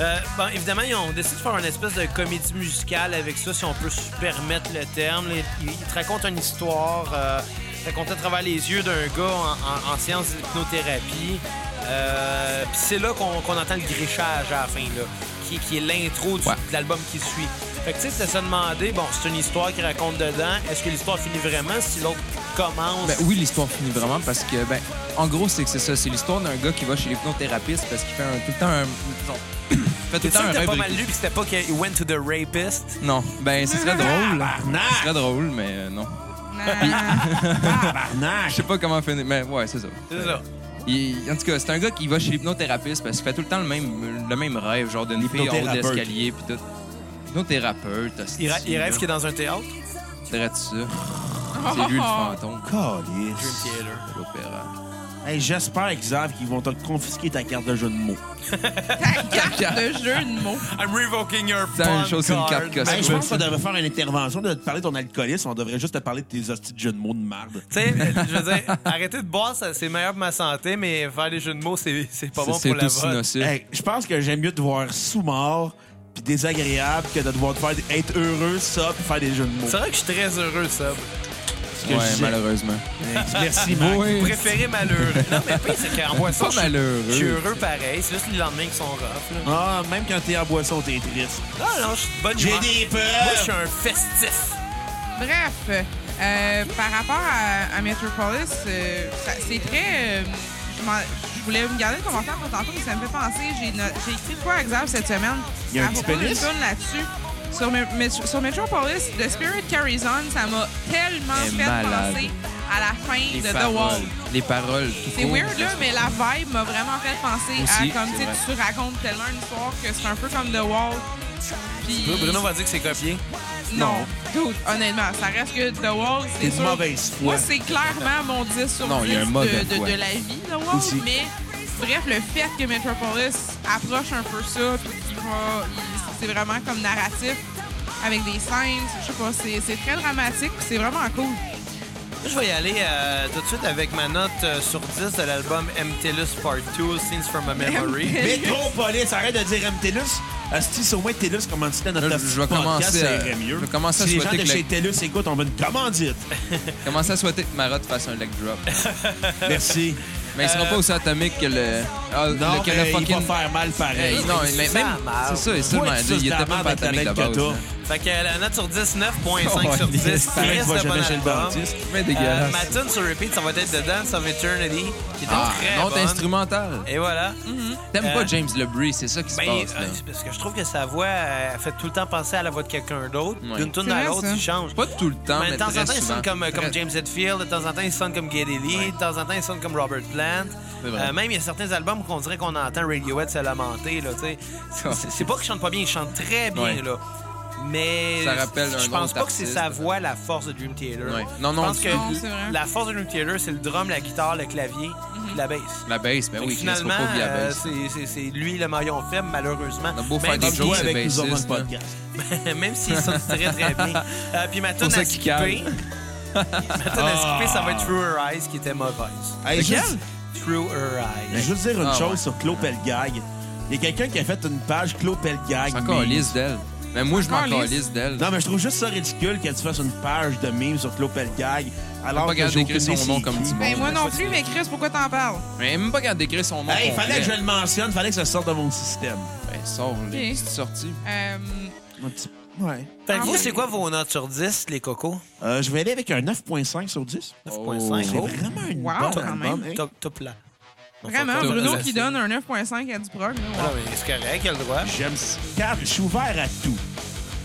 Euh, bon, évidemment, ils ont décidé de faire une espèce de comédie musicale avec ça, si on peut se permettre le terme. Ils, ils te racontent une histoire, euh, ils te racontent à travers les yeux d'un gars en, en- en sciences d'hypnothérapie. Euh, Puis c'est là qu'on qu'on entend le grichage à la fin, là, qui, qui est l'intro du-
Ouais.
de l'album qui suit. Fait que tu sais, c'est se demander, bon, c'est une histoire qu'ils racontent dedans, est-ce que l'histoire finit vraiment si l'autre commence?
Ben oui, l'histoire finit vraiment parce que, ben, en gros, c'est que c'est ça. C'est l'histoire d'un gars qui va chez l'hypnothérapeute parce qu'il fait un- tout le temps un. genre, fait tout
T'es
le
sûr
temps un
que t'as
rêve
pas
de-
mal lu puis c'était pas que « went to the rapist
Non, ben ce serait drôle. Ce
Tabarnak!
serait drôle, mais euh, non.
Ah,
Je
Tabarnak!
sais pas comment finir, mais ouais, c'est ça. ».
C'est ça.
Il- en tout cas, c'est un gars qui va chez l'hypnothérapeute parce qu'il fait tout le temps le même, le même rêve, genre d'une fille en haut
Hypnothérapeute.
d'escalier puis tout. Hypnothérapeute, hostie,
Il, ra- il rêve
là.
qu'il est dans un théâtre.
Dirais-tu ça? C'est lui le fantôme.
Dream
Calice.
Theater.
L'opéra.
Hey, j'espère, Xav, qu'ils vont te confisquer ta carte de jeu de mots.
carte de jeu de mots.
I'm revoking your
C'est la même
pawn
chose qu'une carte
card.
cosmique.
Hey, Ben, je pense qu'on devrait faire une intervention de te parler de ton alcoolisme. On devrait juste te parler de tes hosties de jeux de mots de merde.
Tu sais, Ben, je veux dire, arrêter de boire, ça- c'est meilleur pour ma santé, mais faire des jeux de mots, c'est c'est pas
C'est-
bon
C'est
pour la
aussi
vote.
nocif.
Hey, je pense que j'aime mieux te voir sous-mort puis désagréable que de devoir te faire être heureux, ça, puis faire des jeux de mots.
C'est vrai que je suis très heureux, ça.
C'est ce que je
Ouais,
disais.
malheureusement.
Hey, Merci, Marc.
Préféré malheureux. Non, mais le pire, c'est qu'en boisson,
Pas
je suis-
malheureux.
je suis heureux pareil. C'est juste les lendemains qui sont rough. Là.
Ah, même quand t'es en boisson, t'es triste.
Ah non, je suis de bonne
J'ai
humeur.
des
Moi, je suis
preuves!
un festif.
Bref, euh, par rapport à, à Metropolis, euh, ça- c'est très. euh, je m'en- je voulais me garder le commentaire pour tantôt, mais ça me fait penser. J'ai no- j'ai écrit de quoi à Xav cette semaine.
Il y a un
à
petit
propos d'une
pénis?
tune là-dessus. Sur, Me- Met- sur Metropolis, The Spirit Carries On, ça m'a tellement
Elle est
fait
malade.
penser à la fin
Les
de The
paroles.
Wall.
Les paroles, tout
C'est
court.
weird, là, mais la vibe m'a vraiment fait penser
Aussi,
à comme
c'est
tu sais,
vrai.
tu racontes tellement une histoire que c'est un peu comme The Wall. Puis,
Bruno va dire que c'est copié.
non, dude, honnêtement, ça reste que The Wall,
T'es
c'est
de
sûr.
mauvaise foi.
Moi, c'est clairement mon 10 sur
Non,
10
il y a un
de,
mauvais
de-
choix.
de la vie, The Wall,
Aussi.
mais bref, le fait que Metropolis approche un peu ça, puis qu'il va- il- c'est vraiment comme narratif avec des scènes, je sais pas, c'est- c'est très dramatique, puis c'est vraiment cool.
Je vais y aller euh, tout de suite avec ma note euh, sur 10 de l'album MTLUS Part 2, Scenes from a Memory.
Métropolis, arrête de dire MTELUS. Asti, c'est au moins TELUS commanditaire notre
Là, je- je vais
podcast,
commencer
ça
à-
irait mieux.
je vais commencer à
si les gens
souhaiter
de
que
chez
le-
TELUS écoutent, on va une commandite.
Commencez à souhaiter que Marotte fasse un leg drop.
Merci.
Mais il sera pas aussi atomique que le. Ah,
Non,
le, que le
mais euh, il
fucking-
va faire mal
Eh,
pareil.
non, mais
Ça
même.
marche.
C'est ça, c'est ça,
Toi,
mais
tu
il
suces
était
la
pas
merde avec ta
atomique de
tête que
base.
t'as.
là.
Fait que la note sur 10, 9.5
Oh,
sur
les
10.
espèces.
Tu vas
Très
jamais
bon
chez le
album.
dentiste.
Mais
Euh,
dégueulasse.
ma tune sur repeat, ça va être The Dance of Eternity, qui est
Ah,
très
non,
bonne.
instrumental.
Et voilà.
T'aimes
Euh,
pas James LeBrie, c'est ça qui se
Ben,
passe. là.
euh, parce que je trouve que sa voix, euh, elle fait tout le temps penser à la voix de quelqu'un d'autre.
Ouais.
D'une tune
C'est
à
vrai,
l'autre,
ça.
il change.
Pas tout le temps,
Mais
mais,
ben, de temps en
très
temps, il
souvent.
sonne comme, euh, comme
Très-
James Hetfield, de temps en temps, il sonne comme Geddy Lee, de temps en temps, il sonne comme Robert Plant.
C'est vrai.
Euh, même, il y a certains albums qu'on dirait qu'on entend Radiohead se lamenter. Là, tu sais. C'est- c'est- c'est pas qu'il chante pas bien, il chante très bien.
Ouais.
Là. Mais
Ça rappelle
je
un
pense
autre
pas que c'est
artiste,
sa voix la force de Dream Theater.
Ouais. Non, non,
je pense
tu-
que
Non, c'est vrai.
la force de Dream Theater, c'est le drum, la guitare, le clavier, puis la bass.
La bass,
Fait que
ben oui, Chris, faut
finalement,
pas oublier la
euh,
bass.
c'est- c'est c'est lui le maillon faible, malheureusement.
On a beau
Même
faire des
Comme
si-
jokes,
toi
c'est
avec nous autres dans le
bassiste, là.
podcast.
Même s'il sonne très très bien. Euh, puis ma tonne
ça
à
qu'il
skipper, ma tonne à skipper, ça va être True Her Eyes qui était mauvaise.
Hey, juste-
True Her
Je
Eyes.
veux juste dire une
Ah,
chose
ouais.
sur Claude Pelgag. Il y a quelqu'un qui a fait une page Claude Pelgag.
C'est encore
memes.
lisse d'elle. Mais moi, je m'en
Encore lisse.
calisse d'elle.
Non, mais je trouve juste ça ridicule que tu fasses une page de memes sur Claude Pelgag. Alors
pas
que
capable
j'ai
d'écrire
aucune
son
idée
nom
c'est
comme
qui.
du monde.
Ben, moi
je
non
sais
plus,
pas
mais Chris, pourquoi t'en parles?
Mais elle m'a même pas garder d'écrire son nom.
Hey, fallait que je
complet.
le mentionne, fallait que ça sorte de mon système.
Ben, sors, les
Ok.
petites sorties.
Euh,
Un petit- Ouais.
Fait que
Ah,
vous,
oui.
c'est quoi vos notes sur 10, les cocos?
Euh, je vais aller avec un 9.5 sur 10.
9.5.
C'est
Oh,
vraiment une
Wow,
bonne
quand
album.
même.
hein.
Top, top là.
vraiment, hein,
Top là,
Bruno
ça,
qui
c'est-
donne un 9.5 à du prog. là, wow.
Ah, mais c'est correct, il a le droit.
J'aime ça. Regarde, je suis ouvert à tout.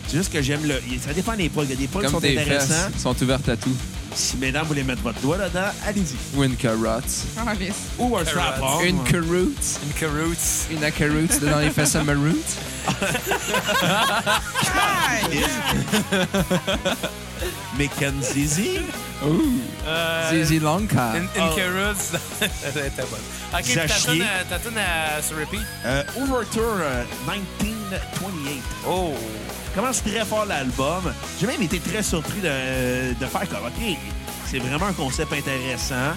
C'est juste que j'aime le. Ça dépend des pogs. Il y a des pogs qui
Comme
sont
tes
intéressants.
fesses sont ouvertes à tout.
Si mesdames, vous voulez mettre votre doigt dedans, allez-y.
Ou une carotte.
Calisse.
Ou un
Carrots.
strap-on. euh,
Une carotte.
Une carotte.
Une carotte dans les fesses à ma route.
Aïe!
Mackenzie Z.
Zizi Lanka.
Euh, Une, une carotte. Oh. Elle était bonne. Ok, ta
Zachier.
tonne à- ta tonne à sur repeat?
Euh, Overture euh, 1928.
Oh.
Commence très fort l'album. J'ai même été très surpris de, de faire comme, OK, c'est vraiment un concept intéressant.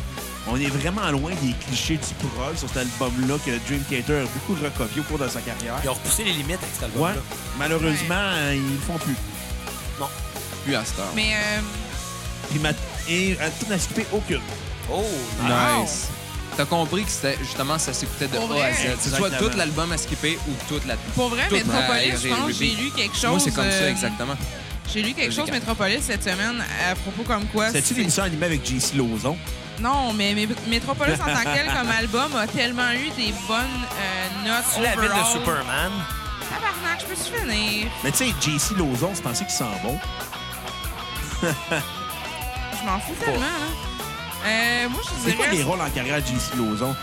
On est vraiment loin des clichés du prog sur cet album-là que Dream Theater a beaucoup recopié au cours de sa carrière.
Ils ont repoussé les limites avec cet
Ouais.
album-là.
Malheureusement, euh, ils le font plus.
Plus à cette heure.
Mais euh,
Puis ma- et euh, tout n'a skippé aucune.
Oh,
Ah.
Wow.
Nice. T'as compris que c'était justement ça s'écoutait de
Pour
A à
vrai.
Z. C'est soit
Exactement.
tout l'album à skipper ou toute la.
pour vrai,
Tout- Ouais,
Metropolis,
ré-
je pense que j'ai
repeat.
lu quelque chose.
Moi, c'est comme ça
euh,
exactement.
J'ai lu quelque
Vas-y,
chose,
Kat.
Metropolis, cette semaine, à propos comme quoi.
C'était-tu
Ah, c'est-
l'émission animée avec JC Lozon?
Non, mais, mais Metropolis en tant que tel, comme album, a tellement eu des bonnes euh, notes.
la ville de
overall.
Superman.
je me suis finir.
Mais tu sais, JC Lozon, c'est pensé qu'il sent bon.
Je m'en fous tellement, là. Euh, moi, je
C'est quoi les
dirais.
rôles en carrière de JC Lozon?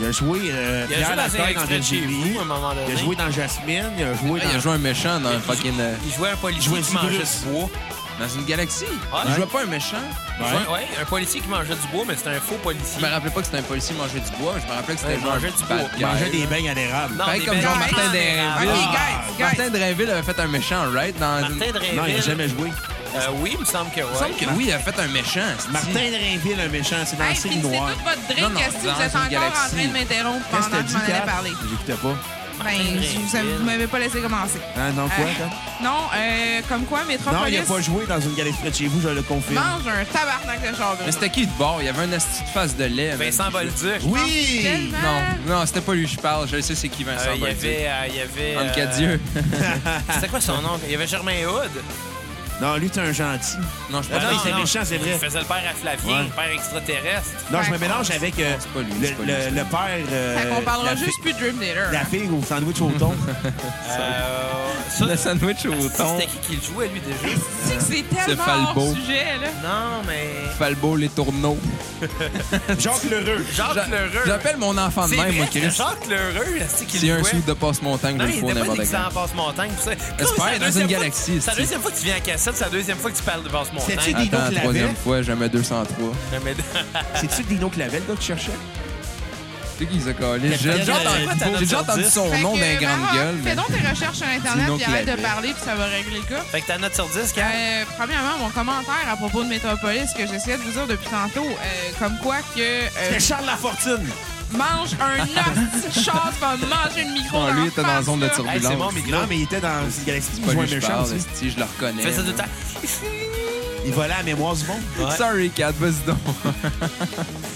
Il a joué euh,
Il a joué
Pierre
dans un
Lacaille dans
extrait de chez
Virginie.
vous, à un moment
Il
donné.
a joué dans Jasmine. Il a joué
Ah, il a
dans...
joué un méchant dans un fucking. euh,
Il jouait un
Il
policier
jouait
qui mangeait
Tigrus.
du bois.
dans une galaxie. Il
Ouais.
jouait pas un méchant.
Il jouait- Ouais, un policier qui mangeait du bois, mais c'était un faux policier.
Je me rappelais pas que c'était un policier mangeait du bois. Je me rappelais que c'était
Ouais,
genre
mangeait
un
du
bad
bois.
guy.
Il mangeait des beignes à l'érable.
Non,
Pareil
des
comme
belles-
Jean-Martin
Ah,
Derinville.
Ok,
Ah,
guys, guys.
Martin Drainville avait fait un méchant, right? Dans une-
Martin Drainville.
Non, il n'a jamais joué.
Euh, oui, il me semble que
Il me semble
oui.
que oui, il a fait un méchant. c'est-tu.
Martin Drainville, un méchant, c'est dans le
Hey, finissez
signe noir.
toute votre
Non,
drink,
non,
est-ce que vous
dans
êtes
une
encore en
galaxie.
train de m'interrompre
Qu'est-ce que
pendant
t'as
que je
dit,
m'en allais
Kat?
parler?
J'écoutais pas.
Ben, je- vous avez- vous m'avez pas laissé commencer.
Hein, non, quoi,
Euh,
toi?
non, euh, comme quoi,
Non,
Metropolis
il n'a pas joué dans une galaxie près de chez vous, je le confirme.
mange un tabarnak de charbon.
Mais c'était qui de bord? Il y avait un asti de face de lait. man.
Vincent Bolduc.
Oui!
Tellement-
Non, non, c'était pas lui que je parle. Je sais c'est qui Vincent
Euh, il y
Bolduc.
avait. euh, il y avait
Anne
euh,
Cadieux.
C'était quoi son nom? Il y avait Germain Hood.
Non, lui, t'es un gentil.
non, je
Ah
pense
non, il était méchant, c'est vrai.
Il faisait le père à Flavien,
Ouais.
le père extraterrestre.
Non, je me
Fait
mélange avec euh,
c'est pas lui,
le,
c'est pas lui,
le-
c'est
le père. euh,
Fait qu'on parlera
la fi-
juste plus de Dream Theater.
La fille au sandwich au thon.
Euh, ça,
que le sandwich au thon.
C'était qui qui le jouait, lui, déjà?
C'est que c'est tellement
Falbo.
hors sujet, là.
Non, mais.
Falbo, les tourneaux.
Jacques Lheureux.
Jacques
J'a-
Lheureux.
J'appelle mon enfant de
Ah, C'est
même,
vrai,
moi, Chris.
Jacques Lheureux, c'est qu'il
S'il y a un
jouait.
sou de passe-montagne, je
Non,
le
il
fous
était pas
n'importe
excellent
quand.
en passe-montagne. pour ça. Comme c'est
Espère,
la
dans une
deuxième fois-
galaxie,
C'est la
c'est-
deuxième fois que tu viens à cassette, c'est la deuxième fois que tu parles de
C'est-tu
passe-montagne.
Dino
Attends,
qui
la
l'avait.
troisième fois, jamais 203.
Jamais de-
C'est-tu Dino Clavel, le gars, que tu cherchais?
C'est qui, ça, Calis?
Capitaine
J'ai déjà
Jack,
entendu-
quoi, ta note
j'ai déjà
sur
entendu
dix?
son
Fait
nom
que,
d'un grande
Maman,
gueule.
Fais
mais-
donc tes recherches sur Internet,
Dis-nous
puis
qu'il
arrête de
l'avait.
parler, puis ça va régler le cas.
Fait que ta note sur 10, quand?
Euh, premièrement, mon commentaire à propos de Metropolis que j'essayais de vous dire depuis tantôt, euh, comme quoi que euh,
C'est Charles Lafortune.
mange un os, chasse, va manger le micro.
Ah,
dans
lui,
la
était dans la
face,
zone de
là.
Hey, c'est bon,
turbulence.
mais grand.
Non, mais il était dans une galaxie
Pas
qui
lui,
jouait
je
méchant
parle,
aussi.
si, je le reconnais.
Il fait ça tout le temps.
Il volait à la mémoire du monde.
Ouais.
Sorry, Cat, vas-y donc.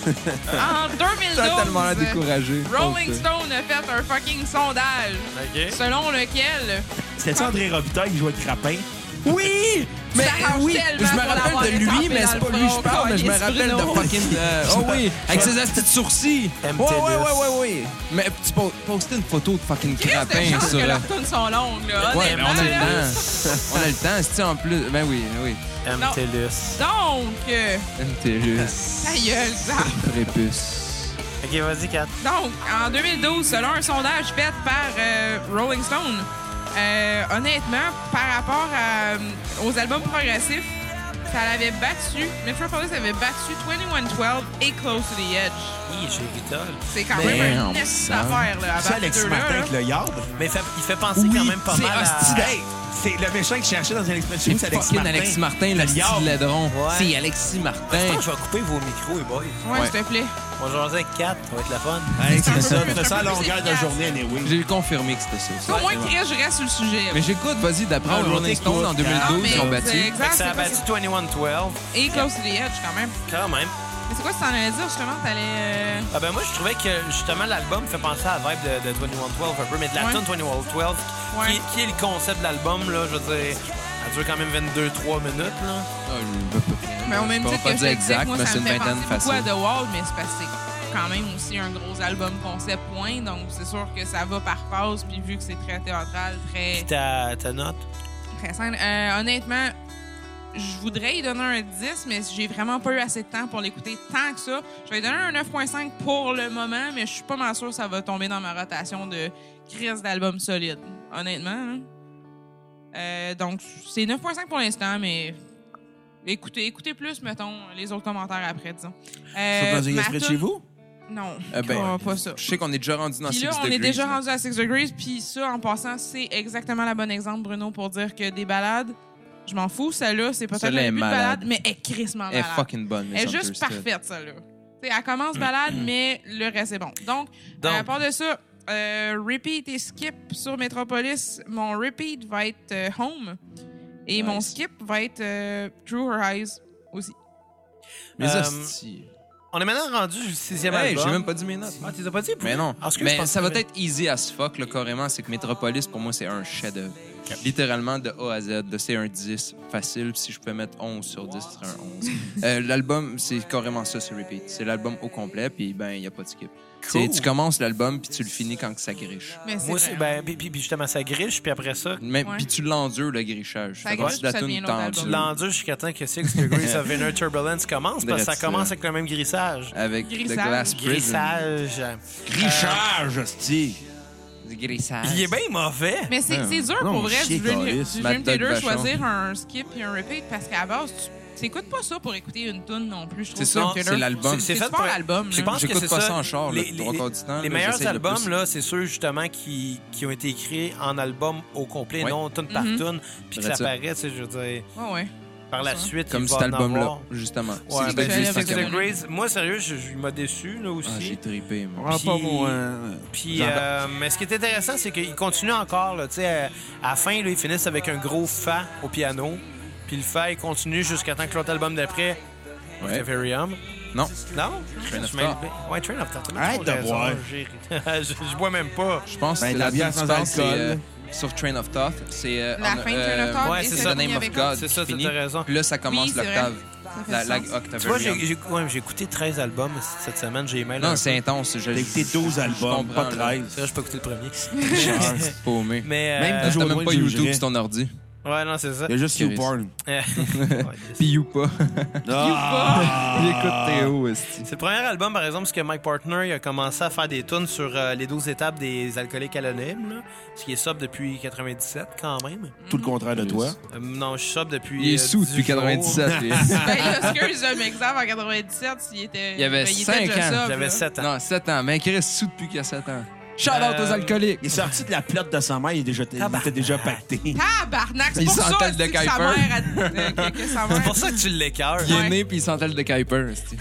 En 2012,
T'as tellement l'air découragé.
euh, Rolling
Pauvre.
Stone a fait un fucking sondage
OK.
selon lequel
C'était-tu André Robitaille qui jouait de crapin?
Oui! Mais
t'arranges
oui, je
tellement
me
pour l'avoir
rappelle de
étapé
lui, mais
dans
c'est
le
pas lui que je
front,
parle, mais je me
Carlis
rappelle de
Bruno.
fucking. euh, oh oui, avec ses astuces de sourcils. Ouais,
MTLUS.
ouais, ouais, ouais, ouais. Mais tu po- postais une photo de fucking
Chris, de
crapin
chance
sur.
que
euh,
leurs tunes sont longues, là.
Ouais, mais on
honnêtement,
a le
là.
temps. On a le temps, c'est en plus. Ben oui, oui.
Non.
MTLUS.
Donc, euh,
MTLUS.
ta gueule, ça.
Prépuce.
OK, vas-y, Kat.
Donc, en 2012, selon un sondage fait par euh, Rolling Stone, euh, honnêtement, par rapport à, euh, aux albums progressifs, ça l'avait battu, Metropolis avait battu 2112 et Close to the Edge.
Hi, j'ai guitare.
C'est quand
Mais
même
on
une petite
sent.
affaire, là, à
C'est
battre
Alexis
deux-là,
Martin
là.
avec le yard.
Mais il fait, il fait penser quand même pas
c'est
mal à...
hostile. Hey, C'est le méchant qui cherchait dans une exprès de chez vous, c'est
C'est
Alexis
Ah. fucking
Martin.
Alexis Martin,
Le
le style
diable.
ladron.
Ouais.
C'est Alexis
Je
Martin.
pense que je vais couper vos micros, les boys.
Ouais,
Ouais.
s'il te plaît.
On va jaser avec 4, ça va être la fun.
Hey,
C'est un
c'est ça.
peu-
Tu fais ça à
c'est un peu
longueur de
efficace.
journée, anyway.
J'ai confirmé que c'était ça. ça.
Au moins, Chris, je reste sur le sujet.
Mais j'écoute, vas-y, d'après
Ah,
Rolling Stone en
t'écoutes.
2012,
Non, Ah, mais
ils ont
c'est
battu.
Fait
exact,
que ça a
c'est
battu 21-12.
pas- Et Close to the Edge, quand même.
Quand même.
Mais c'est quoi que t'en allais dire, justement? T'allais... euh,
Ah ben moi, je trouvais que justement l'album fait penser à la vibe de, de 2112 un peu, mais de la
Ouais.
tune 2112, qui-
Ouais.
qui, qui est le concept de l'album, là, je veux dire, elle dure quand même 22-3 minutes, là.
Ah, je veux pas.
Mais au même
Je peux
titre
Euh, pas dire
que je te disais que
exact,
moi,
mais
ça
c'est
me
une
fait
vingtaine
penser beaucoup à
facile.
The Wall, mais c'est parce que c'est quand même aussi un gros album concept point, donc c'est sûr que ça va par phase, puis vu que c'est très théâtral, très,
Puis ta, ta note.
très simple. Euh, honnêtement, je voudrais y donner un 10, mais j'ai vraiment pas eu assez de temps pour l'écouter tant que ça. Je vais lui donner un 9.5 pour le moment, mais je suis pas mal sûr que ça va tomber dans ma rotation de crise d'album solide, honnêtement. hein. Euh, donc, c'est 9.5 pour l'instant, mais écoutez, écoutez plus, mettons, les autres commentaires après, disons. Euh,
Sur dans une
ma
exprès de
toune-
chez vous? Eh
Non,
Euh, ben,
pas- pas ça.
Je sais qu'on est déjà rendu dans
Puis
6
là, on
degrees,
est déjà
là.
rendu à Six Degrees, puis ça, en passant, c'est exactement la bonne exemple, Bruno, pour dire que des balades, je m'en fous, celle-là, c'est peut-être
Celle-là
le
est
début de
malade.
balade, mais elle est crissement
Elle est
malade.
fucking bonne,
elle est
Miss
juste
Understood. Mm-hmm.
parfaite, celle-là. Tu sais, elle commence balade, mais le reste est bon. Donc,
Donc.
euh, à part de ça, euh, repeat et skip sur Metropolis, mon repeat va être euh, Home, et mon skip va être euh, True Her Eyes aussi.
Mais
Euh,
ça, c'est...
On est maintenant rendu au sixième
Hey,
album.
j'ai même pas dit mes notes.
Ah, tu les as pas dit? pour-
Mais non.
Ah, excuse, je
mais
pense
ça
que
va
t'avais-
être easy as fuck, là, carrément. C'est que Metropolis, pour moi, c'est un chef-d'œuvre. littéralement de A à Z. Là, C'est un 10 facile. Puis Si je pouvais mettre 11 sur 10, ce serait un 11. Euh, l'album, c'est carrément ça, c'est repeat. C'est l'album au complet, puis ben, il n'y a pas de skip.
Cool.
C'est- Tu commences l'album, puis tu le finis quand que ça griche.
Mais c'est
Moi aussi,
vrai. hein.
ben, puis, puis- puis justement, ça griche, puis après ça,
Même-
Ouais.
Puis tu l'endures, le grichage.
Ça
Fait que
griche,
si la
puis ça
tune
devient l'autre
tendue,
tu l'endures jusqu'à temps que Six Degrees of Inner Turbulence commence, parce que ça
Dresse,
commence
euh,
avec le même grissage.
Avec The
Grissage.
Glass Prison.
Grissage.
Richard, hostie.
Du grissage.
Il est bien mauvais.
Mais c'est
Ouais.
c'est dur
Non,
pour vrai
chier,
du Dream, du
Carlis.
Dream
Mad Dog
Theater
Vachon.
choisir un skip et un repeat parce qu'à la base, tu t'écoutes pas ça pour écouter une tune non plus. je trouve
C'est ça,
Dream Theater.
c'est l'album.
C'est fait pour l'album.
Je
là.
pense que
J'écoute
c'est
pas ça en char, là,
Les,
trois
les-
quarts du temps,
les
là,
meilleurs
j'essaie le
albums,
plus.
là, c'est ceux justement qui, qui ont été écrits en album au complet,
Ouais.
non tune par
Mhm.
tune, puis que ça
Vrai ça.
apparaît, tu sais, je veux dire,
Ouais, ouais.
par la
Ça.
suite.
Comme
il va
cet
en
album-là,
avoir.
justement.
Ouais,
Six
ben,
Degrees
Six
avec
Cinq
le-
Amours.
Degrees. Moi, sérieux, je, je- il m'a déçu, là
Ah,
aussi.
J'ai trippé, moi.
Ah, pas
Puis-
moi.
Puis,
J'en-
euh, mais ce qui est intéressant, c'est qu'il continue encore. Là, tu sais, euh, à la fin, là, ils finissent avec un gros fa au piano. Puis le fa, il continue jusqu'à temps que l'autre album d'après,
Ouais.
Teferium.
Non,
Non?
Train of
Tu m'as-
Thought.
Ouais, Train of Thought.
Arrête de
Raison,
boire.
j'ai- je, je bois même pas.
je pense
Ben,
que
de la
la
bière
tune
sans
principale, c'est
alcool.
euh, sur Train of Thought. C'est euh, on
La
a-
fin de Train of
euh,
Thought
Ouais,
et
c'est
ça
ça.
The
finit
Name of
avec
God.
C'est ça,
qui
t'as
finit.
raison.
Puis là, ça
Oui,
commence
c'est
l'octave.
fait
La, la
sens.
octave.
Tu vois, j'ai j'ai- ouais, j'ai écouté 13 albums cette semaine. J'ai email. un
Non,
peu.
c'est intense. Je-
T'as écouté
je-
12
je
albums,
comprends,
pas
là.
13.
C'est vrai, j'ai pas écouté le premier.
Richard.
Paumé.
Mais.
Même
euh,
toujours-
T'as
loin
même pas
de
YouTube
juger.
sur ton ordi.
Ouais, non, c'est ça.
Il y a juste
Chris.
YouPorn.
Ouais,
Puis you pas.
Ah!
Il écoute Théo aussi.
C'est le premier album, par exemple, parce que Mike Partner il a commencé à faire des tunes sur euh, les 12 étapes des alcooliques anonymes, là, ce qui est sub depuis 97 quand même.
Tout le contraire de toi.
Euh, non, je suis sub depuis.
Il est
euh,
sous
18
depuis
jours.
97. lui.
Ben, Oscars euh, m'exam en 97, il était.
Il y avait
ben, était
cinq
déjà
ans.
sobre,
J'avais
là.
7 ans.
Non, 7 ans. Mais il reste sous depuis qu'il a 7 ans. Shout out
Euh,
aux alcooliques.
Il est sorti de la plotte de sa mère, il, est déjà, il était déjà pacté.
Tabarnak, c'est
Il
pour ça
s'entête de
c'est que sa
Kuiper.
mère a- euh, que- que sa mère-
C'est pour ça que tu l'écœures.
Il est
Ouais.
né puis il sentait le de Kuiper. c'est-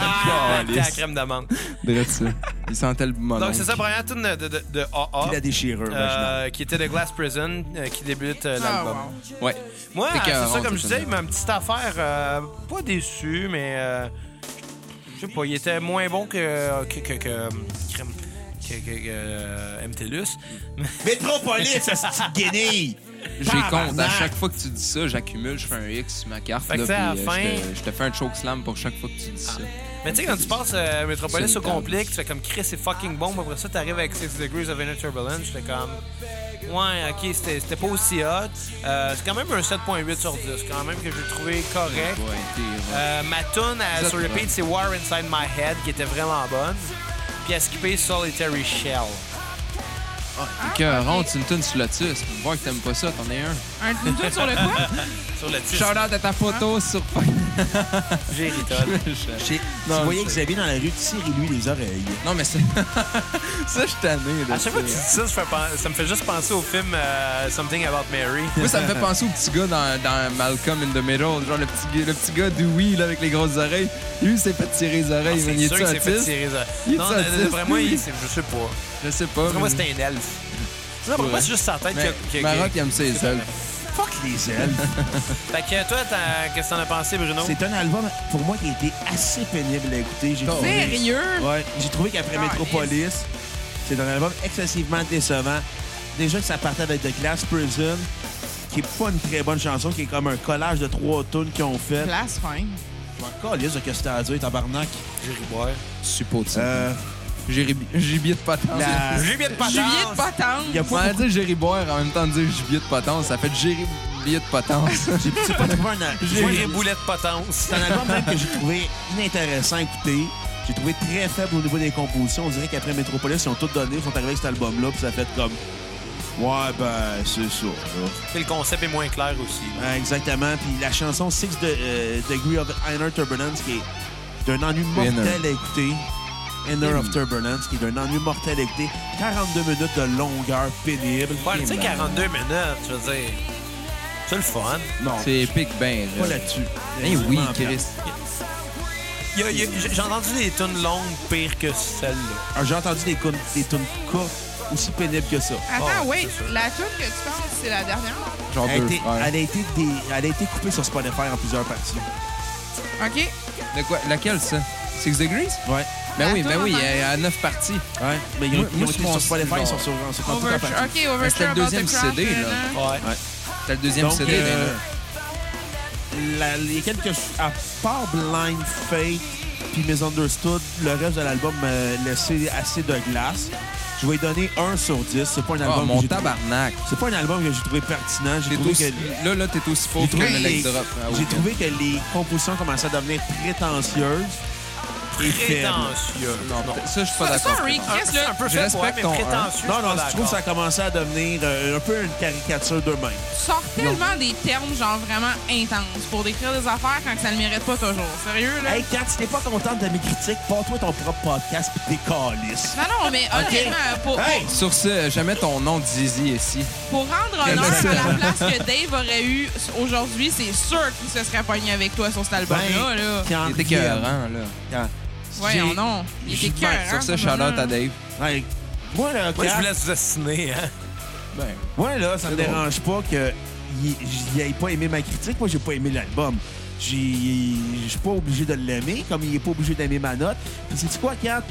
Ah, t'es à la crème d'amande.
Drette ça. Il sentait le monon.
Donc, c'est ça, première tune de, de, de, de AA,
Il a déchiré,
euh, qui était de Glass Prison, euh, qui débute euh,
Ah,
l'album.
wow.
Ouais.
Moi,
Fait que,
c'est
euh,
ça,
on
comme je
s'est
disais,
fait-
ma petite affaire, euh, pas déçu, mais euh, je sais pas, il était moins bon que. que. que. que. crème- que, que- que, euh, MTLUS.
Métropolis, ça se guenille!
J'ai compte. À chaque fois que tu dis ça, j'accumule, je fais un X sur ma carte.
Fait que
là,
c'est à
puis,
la
euh,
fin- Ah,
Je te, je te fais un choke slam pour chaque fois que tu dis ça.
Mais tu sais, quand tu passes euh, Metropolis
C'est
au
une table.
complet, que tu fais comme Chris, c'est fucking bon, puis après ça, t'arrives avec Six Degrees of Inner Turbulence, j'étais comme. Ouais, ok, c'était c'était pas aussi hot. Euh, c'est quand même un 7,8 sur 10, quand même, que j'ai trouvé correct.
Ouais, t'es- ouais.
Euh, ma tune à-
Ça,
sur
c'est
repeat,
vrai.
c'est War Inside My Head, qui était vraiment bonne. Puis à skipper Solitary Shell.
Que rentre une tune sur Lotus. Pour voir que t'aimes pas ça, t'en es un.
Un une tune sur le quoi?
Sur le titre,
Shout out à ta
Hein?
photo sur
j'ai ritole.
J'ai-
Non,
tu voyais
c'est-
Xavier dans la rue, tirez-lui les oreilles.
Non, mais c'est. ça, je suis tanné. là,
À chaque fois que tu dis
c'est-
ça, je fais pen- ça me fait juste penser au film euh, Something About Mary.
Moi, ça me fait penser au petit gars dans, dans Malcolm in the Middle. Genre, le petit, gars- le petit gars Dewey, là, avec les grosses oreilles. Lui, il s'est fait tirer les
Ah,
oreilles. mais il
C'est
est-tu
sûr qu'il s'est fait
autiste?
tirer. ça.
Il est
Non,
autiste.
d'après moi, il- c'est- je sais pas.
Je sais pas.
D'après moi, c'était un elfe. Non, pour moi, c'est juste sa tête
Mais
qui a.
Maroc, il aime ça, les ailes.
Fuck les ailes.
Fait que toi, t'as- qu'est-ce que t'en as pensé, Bruno?
C'est un album, pour moi, qui a été assez pénible à écouter. J'ai
Oh.
trouvé-
Sérieux?
Ouais, j'ai trouvé qu'après
Calice.
Metropolis, c'est un album excessivement décevant. Déjà que ça partait avec The Glass Prison, qui est pas une très bonne chanson, qui est comme un collage de trois tunes qu'ils ont fait.
Place fine.
Je m'en calisse de ce que c'était à dire, tabarnak.
Jerry Boy.
Suppos de ça.
Euh,
Gibier Ah. de patence.
la-
Juliette Patence.
Juliet de Potence.
Il y a
On
pas
va dire Jerry Boire en même temps de dire gibier de patence. Ça fait Jerry Bier de patence.
J'ai j'ai pas trouvé un... al- j'ai-
Jerry Boulet de Potence.
C'est un album même que j'ai trouvé inintéressant à écouter. J'ai trouvé très faible au niveau des compositions. On dirait qu'après Metropolis, ils ont tout donné, ils sont arrivés avec cet album-là, puis ça a fait comme... Ouais, ben, c'est ça, là.
Puis le concept est moins clair aussi.
Ouais, exactement. Puis la chanson Six de, euh, Degree of Inner Turbulence, qui est d'un ennui mortel
Inner.
à écouter. Inner of Turbulence, qui est d'un ennui mortel à écouter. 42 minutes de longueur pénible.
Ouais, tu sais, 42 minutes, je veux dire. C'est le fun.
Non,
C'est épique, ben.
pas là-dessus.
Eh oui,
Vraiment
Chris.
Il y a- il y a- J'ai entendu des tunes longues pires que celle-là.
plate. J'ai entendu des, cou- des tunes courtes aussi pénibles que ça.
Attends,
Oh,
wait,
c'est sûr.
la tune que tu penses, c'est la dernière?
Genre
Elle a,
deux
été,
frères.
elle, a été des- elle a été coupée sur Spotify en plusieurs parties.
OK.
De quoi? Laquelle, ça? Six Degrees?
Ouais.
Ben
La
oui, ben
tour
oui,
en
à, à neuf parties.
Ouais. Mais ils ont,
Moi-
ils ont
moi,
été
sur mon-
sur Spotify, ils sont
mon-
sur en- sur toute la
Overture.
partie.
OK, Overture
c'était le
About
deuxième
the Crash,
CD, là.
hein.
Ouais.
T'as le deuxième
Donc,
CD.
euh,
ben là.
La- les quelques... À part Blind Fate puis Misunderstood, le reste de l'album m'a laissé assez de glace. Je vais lui donner 1 sur 10. C'est pas un
Ah,
album que
mon
j'ai trouvé-
tabarnak.
C'est pas un album que j'ai trouvé pertinent. J'ai
T'es
trouvé
aussi-
que...
Là, là, t'es aussi faux
J'ai
que
trouvé,
le
les-
leg drop. Ah,
j'ai
oui.
trouvé que les compositions commençaient à devenir prétentieuses. Et faibles.
Prétentieux.
Non, non, ça, je suis pas
Ça,
d'accord.
sorry,
par contre.
Chris, là,
un peu
Je
faible, ouais,
respecte
mais
ton un.
prétentieux.
Non,
je
non,
suis pas
je trouve que ça
d'accord.
commençait à devenir euh, un peu une caricature d'eux-mêmes.
tu sors tellement des termes, genre, vraiment intenses pour décrire des affaires quand que ça le mérite pas toujours. Sérieux, là?
Hey, quand tu n'es pas contente de mes critiques, porte-toi ton propre podcast pis t'es calice.
Non, non, mais honnêtement, pour,
Hey!
Sur ce, jamais ton nom Dizzy ici.
pour rendre
Quel
honneur
accent.
à la place que Dave aurait eu aujourd'hui, c'est sûr qu'il se serait pogné avec toi sur cet album-là, Ben,
Ben,
là.
Quand
Il était
viennent-
cohérent, là.
quand-
Voyons
j'ai-
non. Il
j'ai-
était cœur,
Sur
hein,
ce, shout à Dave.
Hey, moi, là,
Moi, je
quand-
vous laisse vous assassiner. Hein.
Ben,
moi, là, ça me
C'est
dérange pas que il- il ait pas aimé ma critique. Moi, j'ai pas aimé l'album. J'ai- Je suis pas obligé de l'aimer, comme il est pas obligé d'aimer ma note. Puis, c'est quoi, Kat?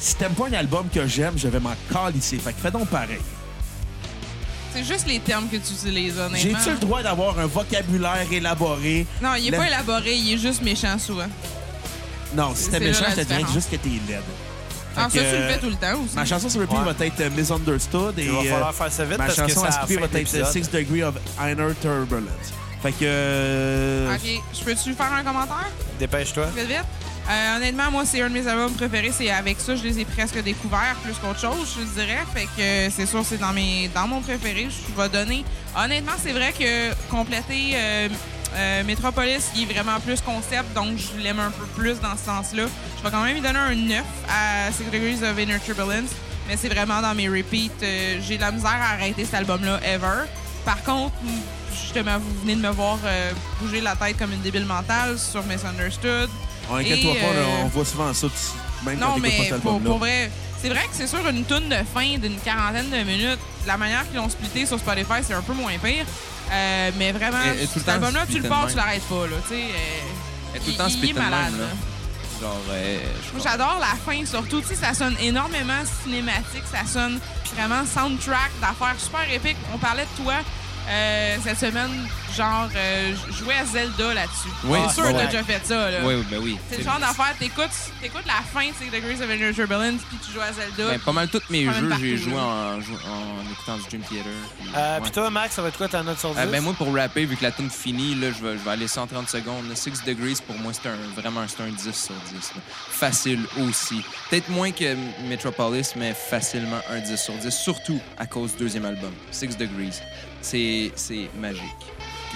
Si t'aimes pas un album que j'aime, je vais m'en calisser. Fait que fais donc pareil.
C'est juste les termes que tu utilises, honnêtement.
J'ai-tu le droit d'avoir un vocabulaire élaboré?
Non, il est
La-
pas élaboré, il est juste méchant souvent.
Non, si
C'est-
t'es
c'est
méchant,
là la
je te dirais
différence.
juste que t'es laide.
Ah, ça,
Fait
tu
que, euh,
le fais tout le temps aussi.
Ma chanson sur repeat
Ouais.
va être euh, Misunderstood et
Il va
euh,
falloir faire ça vite
ma
parce que
chanson
ça
à
a
skipper
fait
va être euh,
l'épisode.
Six Degrees of Inner Turbulence. Fait que... euh,
OK, je peux-tu faire un commentaire?
Dépêche-toi.
vite, vite. Euh, honnêtement, moi, c'est un de mes albums préférés. C'est avec ça, je les ai presque découverts plus qu'autre chose, je dirais. Fait que euh, c'est sûr, c'est dans mes, dans mon préféré. Je vais donner. Honnêtement, c'est vrai que compléter euh, euh, Metropolis, il est vraiment plus concept, donc je l'aime un peu plus dans ce sens-là. Je vais quand même lui donner un 9 à Six Degrees of Inner Turbulence, mais c'est vraiment dans mes repeats. euh, J'ai de la misère à arrêter cet album-là ever. Par contre, justement, vous venez de me voir euh, bouger la tête comme une débile mentale sur Misunderstood.
On inquiète-toi
Et,
pas, là,
euh,
on voit souvent ça, tu- même quand
Non,
t'écoutes pas
mais
cet
pour,
album-là.
pour vrai, c'est vrai que c'est sûr une toune de fin d'une quarantaine de minutes. La manière qu'ils l'ont splitté sur Spotify, c'est un peu moins pire. Euh, mais vraiment,
Et- et tout le
cet
temps
album-là, tu
splitté
le
de
pars,
même.
tu l'arrêtes pas. Là, tu sais, euh,
et tout
il-
le temps
il est
spit
malade,
même,
là.
là. Genre, euh, je
Moi,
crois-
j'adore la fin, surtout. Tu sais, ça sonne énormément cinématique. Ça sonne vraiment soundtrack d'affaires super épiques. On parlait de toi euh, cette semaine, genre, euh, je jouais à Zelda là-dessus.
Oui,
c'est sûr
ouais.
que t'as déjà fait ça, là.
Oui, oui, ben oui.
euh, C'est le genre d'affaire, t'écoutes, t'écoutes la fin de Six Degrees of Inner Turbulence, puis tu joues à Zelda.
Ben, pas mal tous mes
Quand même
jeux, j'ai
partout,
joué
là.
en, jou- en écoutant du Dream Theater. puis-
Euh,
ouais.
Puis toi, Max, ça va être quoi ta note sur 10?
Ah, ben moi, pour rapper, vu que la tune finit, là, je vais, je vais aller 130 secondes. 6 degrees, pour moi, c'est un, vraiment c'est un 10 sur 10. là. Facile aussi. Peut-être moins que Metropolis, mais facilement un 10 sur 10, surtout à cause du deuxième album, 6 degrees. C'est c'est magique.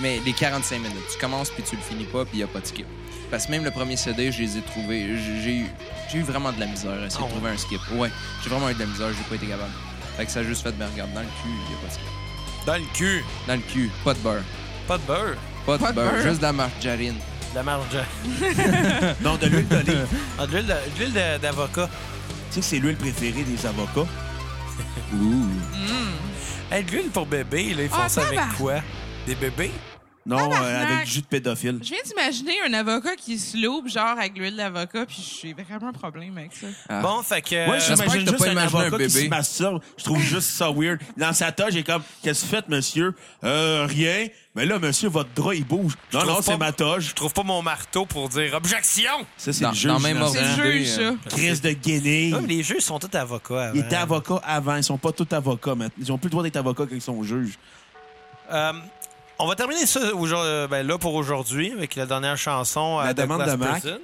Mais les 45 minutes, tu commences puis tu le finis pas, puis il n'y a pas de skip. Parce que même le premier CD, je les ai trouvés. j'ai- J'ai eu, j'ai eu vraiment de la misère à essayer
Ah
de trouver un skip. Ouais, j'ai vraiment eu de la misère, j'ai pas été capable. Fait que ça a juste fait, ben regarde, dans le cul, il n'y a pas de skip.
Dans le cul.
Dans le cul, pas de beurre.
Pas de beurre.
Pas de,
Pas de
beurre,
beurre.
juste de la margarine.
De la marge.
Non, de l'huile d'olive.
Ah, de l'huile de- de l'huile de- d'avocat.
tu sais que c'est l'huile préférée des avocats.
Ouh.
Hey, de l'huile pour bébé, là, ils font
Ah,
ça avec
tabarnak.
quoi? Des bébés?
Non, euh,
Tabarnak.
avec du jus de pédophile.
Je viens d'imaginer un avocat qui se loupe, genre, avec l'huile d'avocat, puis j'ai vraiment un problème avec ça.
Ah.
Bon, fait que... euh,
Moi,
j'espère que
j'imagine
t'as
juste
pas
un
imaginé un
avocat qui
bébé.
se masturbe. Je trouve juste ça weird. Dans sa tâche, j'ai comme, qu'est-ce que vous faites, monsieur? Euh, rien. Mais là, monsieur, votre drap, il bouge. Non,
trouve
non, c'est
pas-
ma toge.
je trouve pas mon marteau pour dire objection!
Ça, c'est
Dans-
le juge.
dans même
innocent.
C'est le
ordre.
juge, ça.
euh,
Crise de Guinée.
Non, mais Ah, les jeux sont tous avocats.
Ils
avant.
étaient avocats avant. Ils sont pas tous avocats maintenant. Ils ont plus le droit d'être avocats quand ils sont juges.
Euh, on va terminer ça aujourd'hui- euh, ben, là pour aujourd'hui avec la dernière chanson.
La
euh, de
demande
Glass
de Mac.
Prison.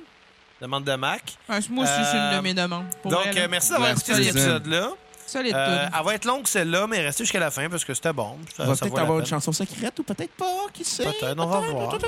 Demande de Mac.
Enfin, moi aussi, c'est une de mes demandes. Pour
Donc,
vrai, là.
euh, merci d'avoir
Glass
écouté cet
Prison.
épisode-là.
Solide
Euh,
toune.
elle va être longue celle-là, mais restez jusqu'à la fin parce que c'était bon. Ça-
On va
ça vaut
peut-être
la
avoir
peine.
une chanson secrète ou peut-être pas. Qui sait?
Peut-être, on va voir.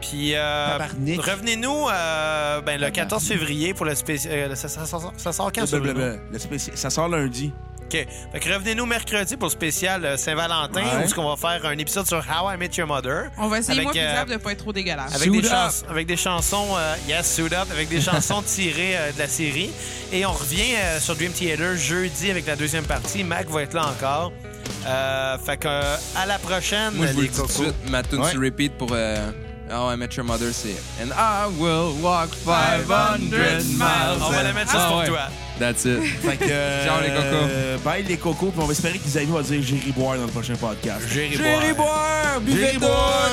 Puis, euh,
Tabarnak.
revenez-nous euh, ben, le 14 février pour le spécial. ça, ça- ça- ça sort quand ça, Bruno?
Blablabla. Le spéci- Ça sort lundi.
OK. Fait que revenez-nous mercredi pour le spécial euh, Saint-Valentin
Ouais.
où est-ce qu'on va faire un épisode sur How I Met Your Mother.
On va essayer,
avec,
moi, puis
euh,
Zab, de pas être trop dégueulasse.
avec des,
Suit up.
chans- avec des chansons, euh, yes, suit up, avec des chansons tirées euh, de la série. Et on revient euh, sur Dream Theater jeudi avec la deuxième partie. Mac va être là encore. Euh, fait que euh, à la prochaine,
Moi, je vous
les
le dis tout de
cocos.
suite, ma tune
Ouais.
sur repeat pour euh, Ah ouais, Met Your Mother, c'est And I will walk 500 miles.
On va la mettre juste
Ah
pour
ouais.
toi.
That's it.
Fait que, euh,
Ciao, les cocos.
Bye les cocos, puis on va espérer qu'Isaïe va dire Jerry boire dans le prochain podcast.
Jerry
Jerry Boire, buvez
Jerry
donc!
boire!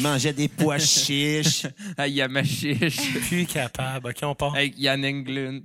mangeais des pois chiches.
Ah, Yamachiche.
Plus capable. OK, on part.
Avec Yann Englund.